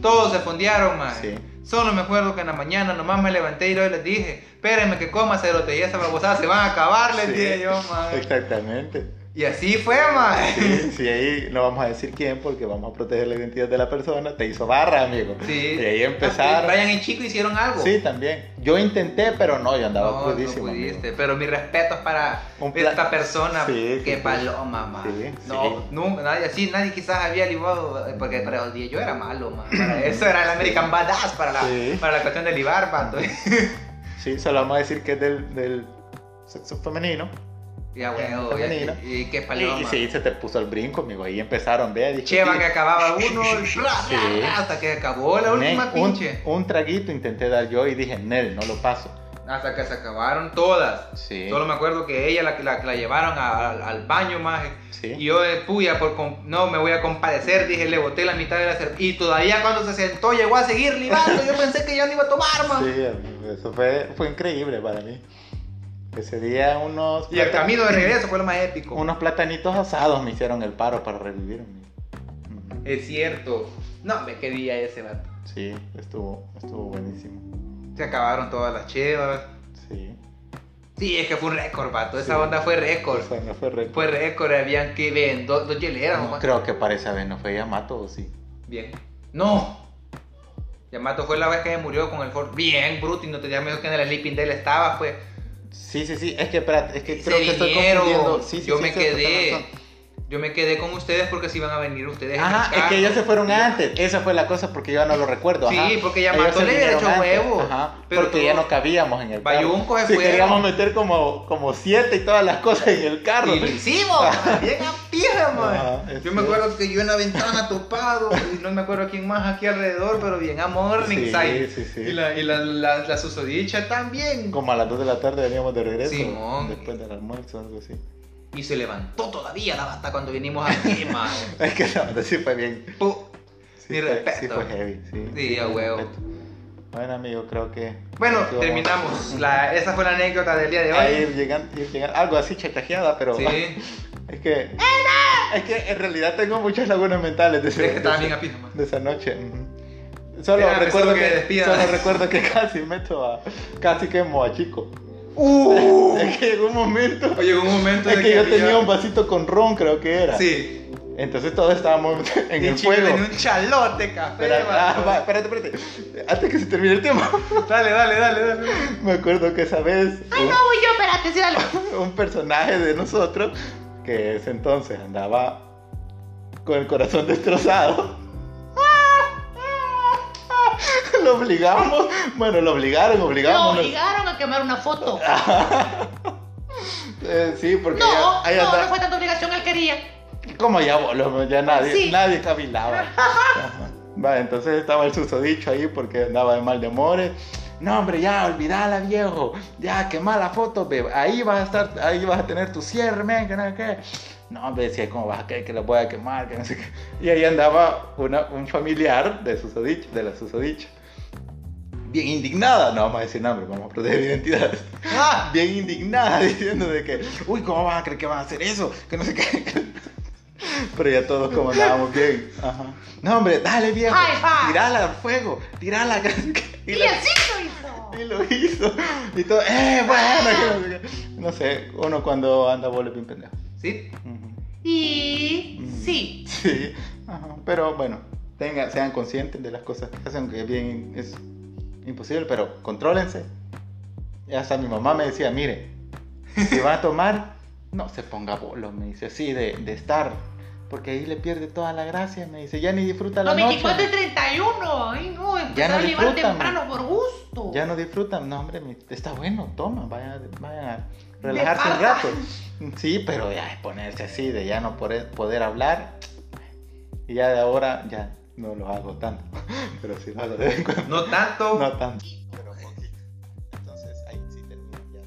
[SPEAKER 3] Todos se fondearon, maje.
[SPEAKER 2] Sí.
[SPEAKER 3] Solo me acuerdo que en la mañana nomás me levanté y luego les dije, espérenme que coma cerote y esa babosada se van a acabar, les
[SPEAKER 2] Sí.
[SPEAKER 3] dije yo,
[SPEAKER 2] *laughs*
[SPEAKER 3] maje.
[SPEAKER 2] Exactamente.
[SPEAKER 3] Y así fue, maje.
[SPEAKER 2] Sí, sí, ahí no vamos a decir quién porque vamos a proteger la identidad de la persona. Te hizo barra, amigo.
[SPEAKER 3] Sí.
[SPEAKER 2] Y ahí empezaron.
[SPEAKER 3] Brian y Chico hicieron algo.
[SPEAKER 2] Sí, también. Yo intenté, pero no, yo andaba
[SPEAKER 3] No, no
[SPEAKER 2] crudísimo. amigo.
[SPEAKER 3] pudiste, pero mis respetos para
[SPEAKER 2] Un pla-
[SPEAKER 3] esta persona
[SPEAKER 2] Sí,
[SPEAKER 3] que
[SPEAKER 2] sí,
[SPEAKER 3] paloma, ma.
[SPEAKER 2] Sí,
[SPEAKER 3] no,
[SPEAKER 2] sí.
[SPEAKER 3] nunca, nadie así, nadie quizás había libado, eh, porque para los días yo era malo,
[SPEAKER 2] *clears throat*
[SPEAKER 3] ma. Para eso era el American Badass para la,
[SPEAKER 2] Sí.
[SPEAKER 3] para la cuestión de libar, ma.
[SPEAKER 2] *laughs*
[SPEAKER 3] Entonces,
[SPEAKER 2] Sí, solo vamos a decir que es del, del sexo femenino.
[SPEAKER 3] ya huevo, ya,
[SPEAKER 2] Femenino.
[SPEAKER 3] y, y qué
[SPEAKER 2] Y,
[SPEAKER 3] paloma.
[SPEAKER 2] y sí, se te puso el brinco, amigo. Ahí empezaron, vea. discutir.
[SPEAKER 3] Cheva que acababa uno, y bla, bla,
[SPEAKER 2] Sí.
[SPEAKER 3] bla, hasta que acabó la
[SPEAKER 2] Men,
[SPEAKER 3] última
[SPEAKER 2] un,
[SPEAKER 3] pinche.
[SPEAKER 2] un traguito intenté dar yo y dije, Nel, no lo paso.
[SPEAKER 3] Hasta que se acabaron todas.
[SPEAKER 2] Sí.
[SPEAKER 3] Solo me acuerdo que ella la, la, la llevaron a- al- al baño, maje.
[SPEAKER 2] Sí.
[SPEAKER 3] Y yo de puya, por com- no me voy a compadecer, dije, le boté la mitad de la cerveza. Y todavía cuando se sentó llegó a seguir libando, yo pensé que ya no iba a tomar, man.
[SPEAKER 2] Sí, amigo, eso fue, fue increíble para mí. Ese día unos,
[SPEAKER 3] Y el
[SPEAKER 2] plata-
[SPEAKER 3] camino de regreso fue lo más épico.
[SPEAKER 2] unos platanitos asados me hicieron el paro para revivirme. Ujú.
[SPEAKER 3] Es cierto. No, me quería ese vato.
[SPEAKER 2] Sí, estuvo, estuvo buenísimo.
[SPEAKER 3] Se acabaron todas las chevas.
[SPEAKER 2] Sí.
[SPEAKER 3] Sí, es que fue un récord, vato. Esa
[SPEAKER 2] Sí.
[SPEAKER 3] onda fue récord.
[SPEAKER 2] O sea, no fue récord.
[SPEAKER 3] Fue récord, habían que ven dos, dos hieleras
[SPEAKER 2] No,
[SPEAKER 3] nomás.
[SPEAKER 2] creo que para esa vez no fue Yamato o sí.
[SPEAKER 3] Bien. No. Yamato fue la vez que se murió con el Ford. Bien, Bruto, y no tenía miedo que en el Sleeping Dale estaba, pues.
[SPEAKER 2] Sí, sí, sí. Es que espérate, es que
[SPEAKER 3] Se
[SPEAKER 2] creo que estoy
[SPEAKER 3] vinieron.
[SPEAKER 2] confundiendo. Sí, sí,
[SPEAKER 3] yo
[SPEAKER 2] sí,
[SPEAKER 3] me
[SPEAKER 2] sí, tenés
[SPEAKER 3] quedé.
[SPEAKER 2] razón.
[SPEAKER 3] Yo me quedé con ustedes porque si iban a venir ustedes. en el
[SPEAKER 2] Ajá, es que
[SPEAKER 3] carro.
[SPEAKER 2] ellos se fueron antes. Esa fue la cosa porque yo ya no lo recuerdo.
[SPEAKER 3] Sí,
[SPEAKER 2] ajá.
[SPEAKER 3] porque
[SPEAKER 2] Ellos
[SPEAKER 3] Yamato
[SPEAKER 2] se
[SPEAKER 3] le hubiera
[SPEAKER 2] vinieron
[SPEAKER 3] hecho
[SPEAKER 2] antes,
[SPEAKER 3] huevo.
[SPEAKER 2] Ajá,
[SPEAKER 3] Pero
[SPEAKER 2] porque
[SPEAKER 3] todo-
[SPEAKER 2] ya no cabíamos en el carro.
[SPEAKER 3] Bayunco se
[SPEAKER 2] Sí,
[SPEAKER 3] fueron.
[SPEAKER 2] queríamos meter como, como siete y todas las cosas en el carro.
[SPEAKER 3] Y lo hicimos, man, *laughs* bien a pija, man.
[SPEAKER 2] Ajá, es
[SPEAKER 3] Yo me
[SPEAKER 2] cierto.
[SPEAKER 3] acuerdo que yo en la ventana topado, y no me acuerdo quién más aquí alrededor, pero bien a Morningside.
[SPEAKER 2] Sí, sí, sí.
[SPEAKER 3] Y la, y la, la, la susodicha también.
[SPEAKER 2] Como a las 2 de la tarde veníamos de regreso.
[SPEAKER 3] Simón.
[SPEAKER 2] Después del almuerzo o algo así. *laughs*
[SPEAKER 3] Y se levantó todavía la bata cuando vinimos
[SPEAKER 2] *laughs*
[SPEAKER 3] aquí, man.
[SPEAKER 2] Es que la verdad sí fue bien.
[SPEAKER 3] Pu-
[SPEAKER 2] Sí,
[SPEAKER 3] Mi
[SPEAKER 2] fue,
[SPEAKER 3] respeto.
[SPEAKER 2] Sí fue heavy. Sí,
[SPEAKER 3] Sí, a
[SPEAKER 2] fue
[SPEAKER 3] huevo.
[SPEAKER 2] respeto. Bueno, amigo, creo que.
[SPEAKER 3] Bueno,
[SPEAKER 2] creo que vamos-
[SPEAKER 3] terminamos. La, esa fue la anécdota del día de
[SPEAKER 2] A
[SPEAKER 3] hoy.
[SPEAKER 2] ir llegando, ir llegando. Algo así chantajeada, pero.
[SPEAKER 3] Sí,
[SPEAKER 2] *laughs* Es que. Es que en realidad tengo muchas lagunas mentales de,
[SPEAKER 3] es
[SPEAKER 2] ese-
[SPEAKER 3] que estaba bien
[SPEAKER 2] de,
[SPEAKER 3] a pija, man.
[SPEAKER 2] ese- de esa noche. ujú. Solo
[SPEAKER 3] Espérame,
[SPEAKER 2] recuerdo
[SPEAKER 3] solo que
[SPEAKER 2] que,
[SPEAKER 3] despida.
[SPEAKER 2] solo recuerdo que *laughs* casi meto a. Casi quemo a chico.
[SPEAKER 3] Uh,
[SPEAKER 2] Es que llegó un momento.
[SPEAKER 3] llegó un momento
[SPEAKER 2] Es
[SPEAKER 3] de
[SPEAKER 2] que yo
[SPEAKER 3] había-
[SPEAKER 2] tenía un vasito con ron, creo que era.
[SPEAKER 3] Sí,
[SPEAKER 2] Entonces todos estábamos *laughs* en
[SPEAKER 3] Y
[SPEAKER 2] el
[SPEAKER 3] Chile
[SPEAKER 2] fuego.
[SPEAKER 3] tenía un chalote café.
[SPEAKER 2] Espera, ah,
[SPEAKER 3] vato.
[SPEAKER 2] va, espérate, espérate. Antes que se termine el tema, *laughs*
[SPEAKER 3] Dale, dale, dale, dale.
[SPEAKER 2] me acuerdo que esa vez
[SPEAKER 4] Ay, no, voy yo, espérate, sí, dale.
[SPEAKER 2] un, un personaje de nosotros, que ese entonces andaba con el corazón *laughs* destrozado, lo obligamos, bueno, lo obligaron,
[SPEAKER 4] Lo
[SPEAKER 2] obligamos.
[SPEAKER 4] obligaron a quemar una foto.
[SPEAKER 2] Eh, sí, porque
[SPEAKER 4] No,
[SPEAKER 2] ahí
[SPEAKER 4] no,
[SPEAKER 2] andaba-
[SPEAKER 4] no fue tanta obligación, él quería.
[SPEAKER 2] Como ya voló, ya nadie,
[SPEAKER 4] Sí.
[SPEAKER 2] nadie cavilaba. Ajá. Va, entonces estaba el susodicho ahí porque andaba de mal de amores. No, hombre, ya, olvidala, viejo. Ya, quemá la foto, bebé. Ahí vas a estar, ahí vas a tener tu cierre, men, que no sé qué. No, hombre, decía, ¿cómo vas a creer que la voy a quemar? Que no sé qué. Y ahí andaba una- un familiar de susodicho, de la susodicha. Bien indignada, no vamos a decir nombre, vamos a proteger identidades
[SPEAKER 3] Ah,
[SPEAKER 2] bien indignada *laughs* diciendo de que, uy, ¿cómo van a creer que van a hacer eso? Que no sé qué. *laughs* Pero ya todos como andábamos bien. Ajá. No, hombre, dale viejo.
[SPEAKER 4] High five.
[SPEAKER 2] Tirala al fuego. Tirala. *laughs*
[SPEAKER 4] Y,
[SPEAKER 2] la-
[SPEAKER 4] así lo hizo.
[SPEAKER 2] y lo hizo. Y todo, eh, bueno. *laughs* que no sé qué. No sé, uno cuando anda vuelve bien pendejo.
[SPEAKER 3] sí.
[SPEAKER 2] Ujú.
[SPEAKER 4] Y
[SPEAKER 2] Mm.
[SPEAKER 4] sí.
[SPEAKER 2] Sí. Ajá. Pero bueno, tengan, sean conscientes de las cosas que hacen, que bien es imposible, pero contrólense. Y hasta mi mamá me decía, mire, si van a tomar, no se ponga bolos, me dice, así de, de estar. Porque ahí le pierde toda la gracia, me dice, ya ni disfruta la
[SPEAKER 4] Los
[SPEAKER 2] noche.
[SPEAKER 4] 24 y 31. Ay, no, empezar
[SPEAKER 2] no
[SPEAKER 4] a llevar
[SPEAKER 2] disfrutan.
[SPEAKER 4] temprano por gusto.
[SPEAKER 2] Ya no disfrutan, no hombre, mi- está bueno, toma, vayan, vayan a relajarse un
[SPEAKER 4] pasa.
[SPEAKER 2] rato. Sí, pero ya ponerse así de ya no poder, poder hablar, y ya de ahora ya no lo hago tanto, *laughs* pero sí lo hago de vez en cuando.
[SPEAKER 3] No tanto.
[SPEAKER 2] *laughs* No tanto, pero poquito. Entonces ahí sí terminan ya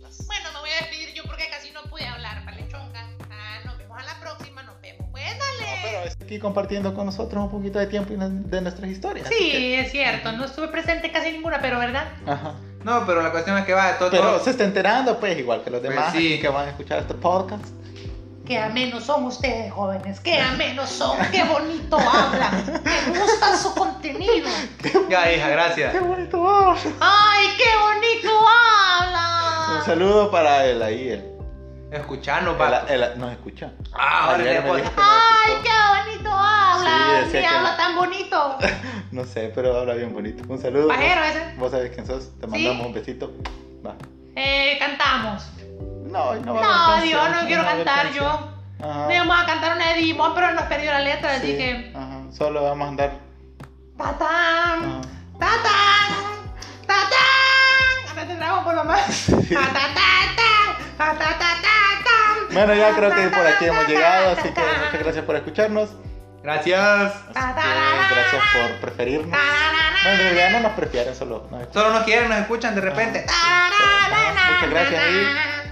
[SPEAKER 2] las... las-
[SPEAKER 4] Bueno, me voy a despedir yo porque casi no pude hablar, palechonga. Ah, nos vemos a la próxima, nos vemos. Pues
[SPEAKER 2] No,
[SPEAKER 4] dale.
[SPEAKER 2] pero está aquí compartiendo con nosotros un poquito de tiempo y na- de nuestras historias. así
[SPEAKER 4] Sí, es cierto, no estuve presente casi ninguna, pero ¿verdad?
[SPEAKER 2] que- Ajá.
[SPEAKER 3] No, pero la cuestión es que va de todo.
[SPEAKER 2] Pero
[SPEAKER 3] todo-
[SPEAKER 2] se está enterando, pues, igual que los
[SPEAKER 3] Pues
[SPEAKER 2] demás
[SPEAKER 3] sí.
[SPEAKER 2] aquí que van a escuchar este podcast.
[SPEAKER 4] Qué amenos son ustedes, jóvenes. Qué amenos son. Qué bonito hablan. Me gusta su contenido.
[SPEAKER 3] Ya, hija, gracias.
[SPEAKER 2] ¡Qué bonito! voz!
[SPEAKER 4] Ay, qué bonito
[SPEAKER 2] Un
[SPEAKER 4] hablan.
[SPEAKER 2] saludo para él ahí. Él,
[SPEAKER 3] Escuchanos,
[SPEAKER 2] él-
[SPEAKER 3] para.
[SPEAKER 2] él- nos escucha.
[SPEAKER 3] Ah, ahora
[SPEAKER 2] Ayer
[SPEAKER 3] le
[SPEAKER 2] me
[SPEAKER 3] pon-
[SPEAKER 2] dijo que
[SPEAKER 4] Ay,
[SPEAKER 2] nos escuchó.
[SPEAKER 4] qué bonito hablan.
[SPEAKER 2] Sí,
[SPEAKER 4] Qué
[SPEAKER 2] decía que-
[SPEAKER 4] habla tan bonito.
[SPEAKER 2] No sé, pero habla bien bonito. Un saludo.
[SPEAKER 4] Pajero ese.
[SPEAKER 2] Vos sabés quién sos. Te mandamos un besito. Va.
[SPEAKER 4] Eh, cantamos.
[SPEAKER 2] No, hoy no va a
[SPEAKER 4] No,
[SPEAKER 2] haber
[SPEAKER 4] Dios,
[SPEAKER 2] canción,
[SPEAKER 4] no quiero
[SPEAKER 2] va a haber
[SPEAKER 4] cantar
[SPEAKER 2] canción.
[SPEAKER 4] yo.
[SPEAKER 2] Ajá.
[SPEAKER 4] Íbamos a cantar una de Digimon, pero nos perdió la letra,
[SPEAKER 2] Sí,
[SPEAKER 4] así que.
[SPEAKER 2] ajá. Solo vamos a andar.
[SPEAKER 4] ¡Tatán!
[SPEAKER 2] ajá.
[SPEAKER 4] ¡Tatán! ¡Tatán! Ahora te trago por
[SPEAKER 2] *laughs*
[SPEAKER 4] lo más. ¡Tatatán! ¡Tatatán!
[SPEAKER 2] Bueno, ya creo que por aquí hemos llegado, así que muchas gracias por escucharnos.
[SPEAKER 3] Gracias.
[SPEAKER 2] Así que gracias por preferirnos. Bueno, en realidad no nos prefieren, solo nos escuchan.
[SPEAKER 3] Solo nos quieren, nos escuchan de repente.
[SPEAKER 2] Muchas gracias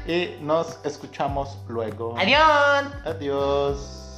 [SPEAKER 2] y, y nos escuchamos luego.
[SPEAKER 4] Adiós.
[SPEAKER 2] Adiós.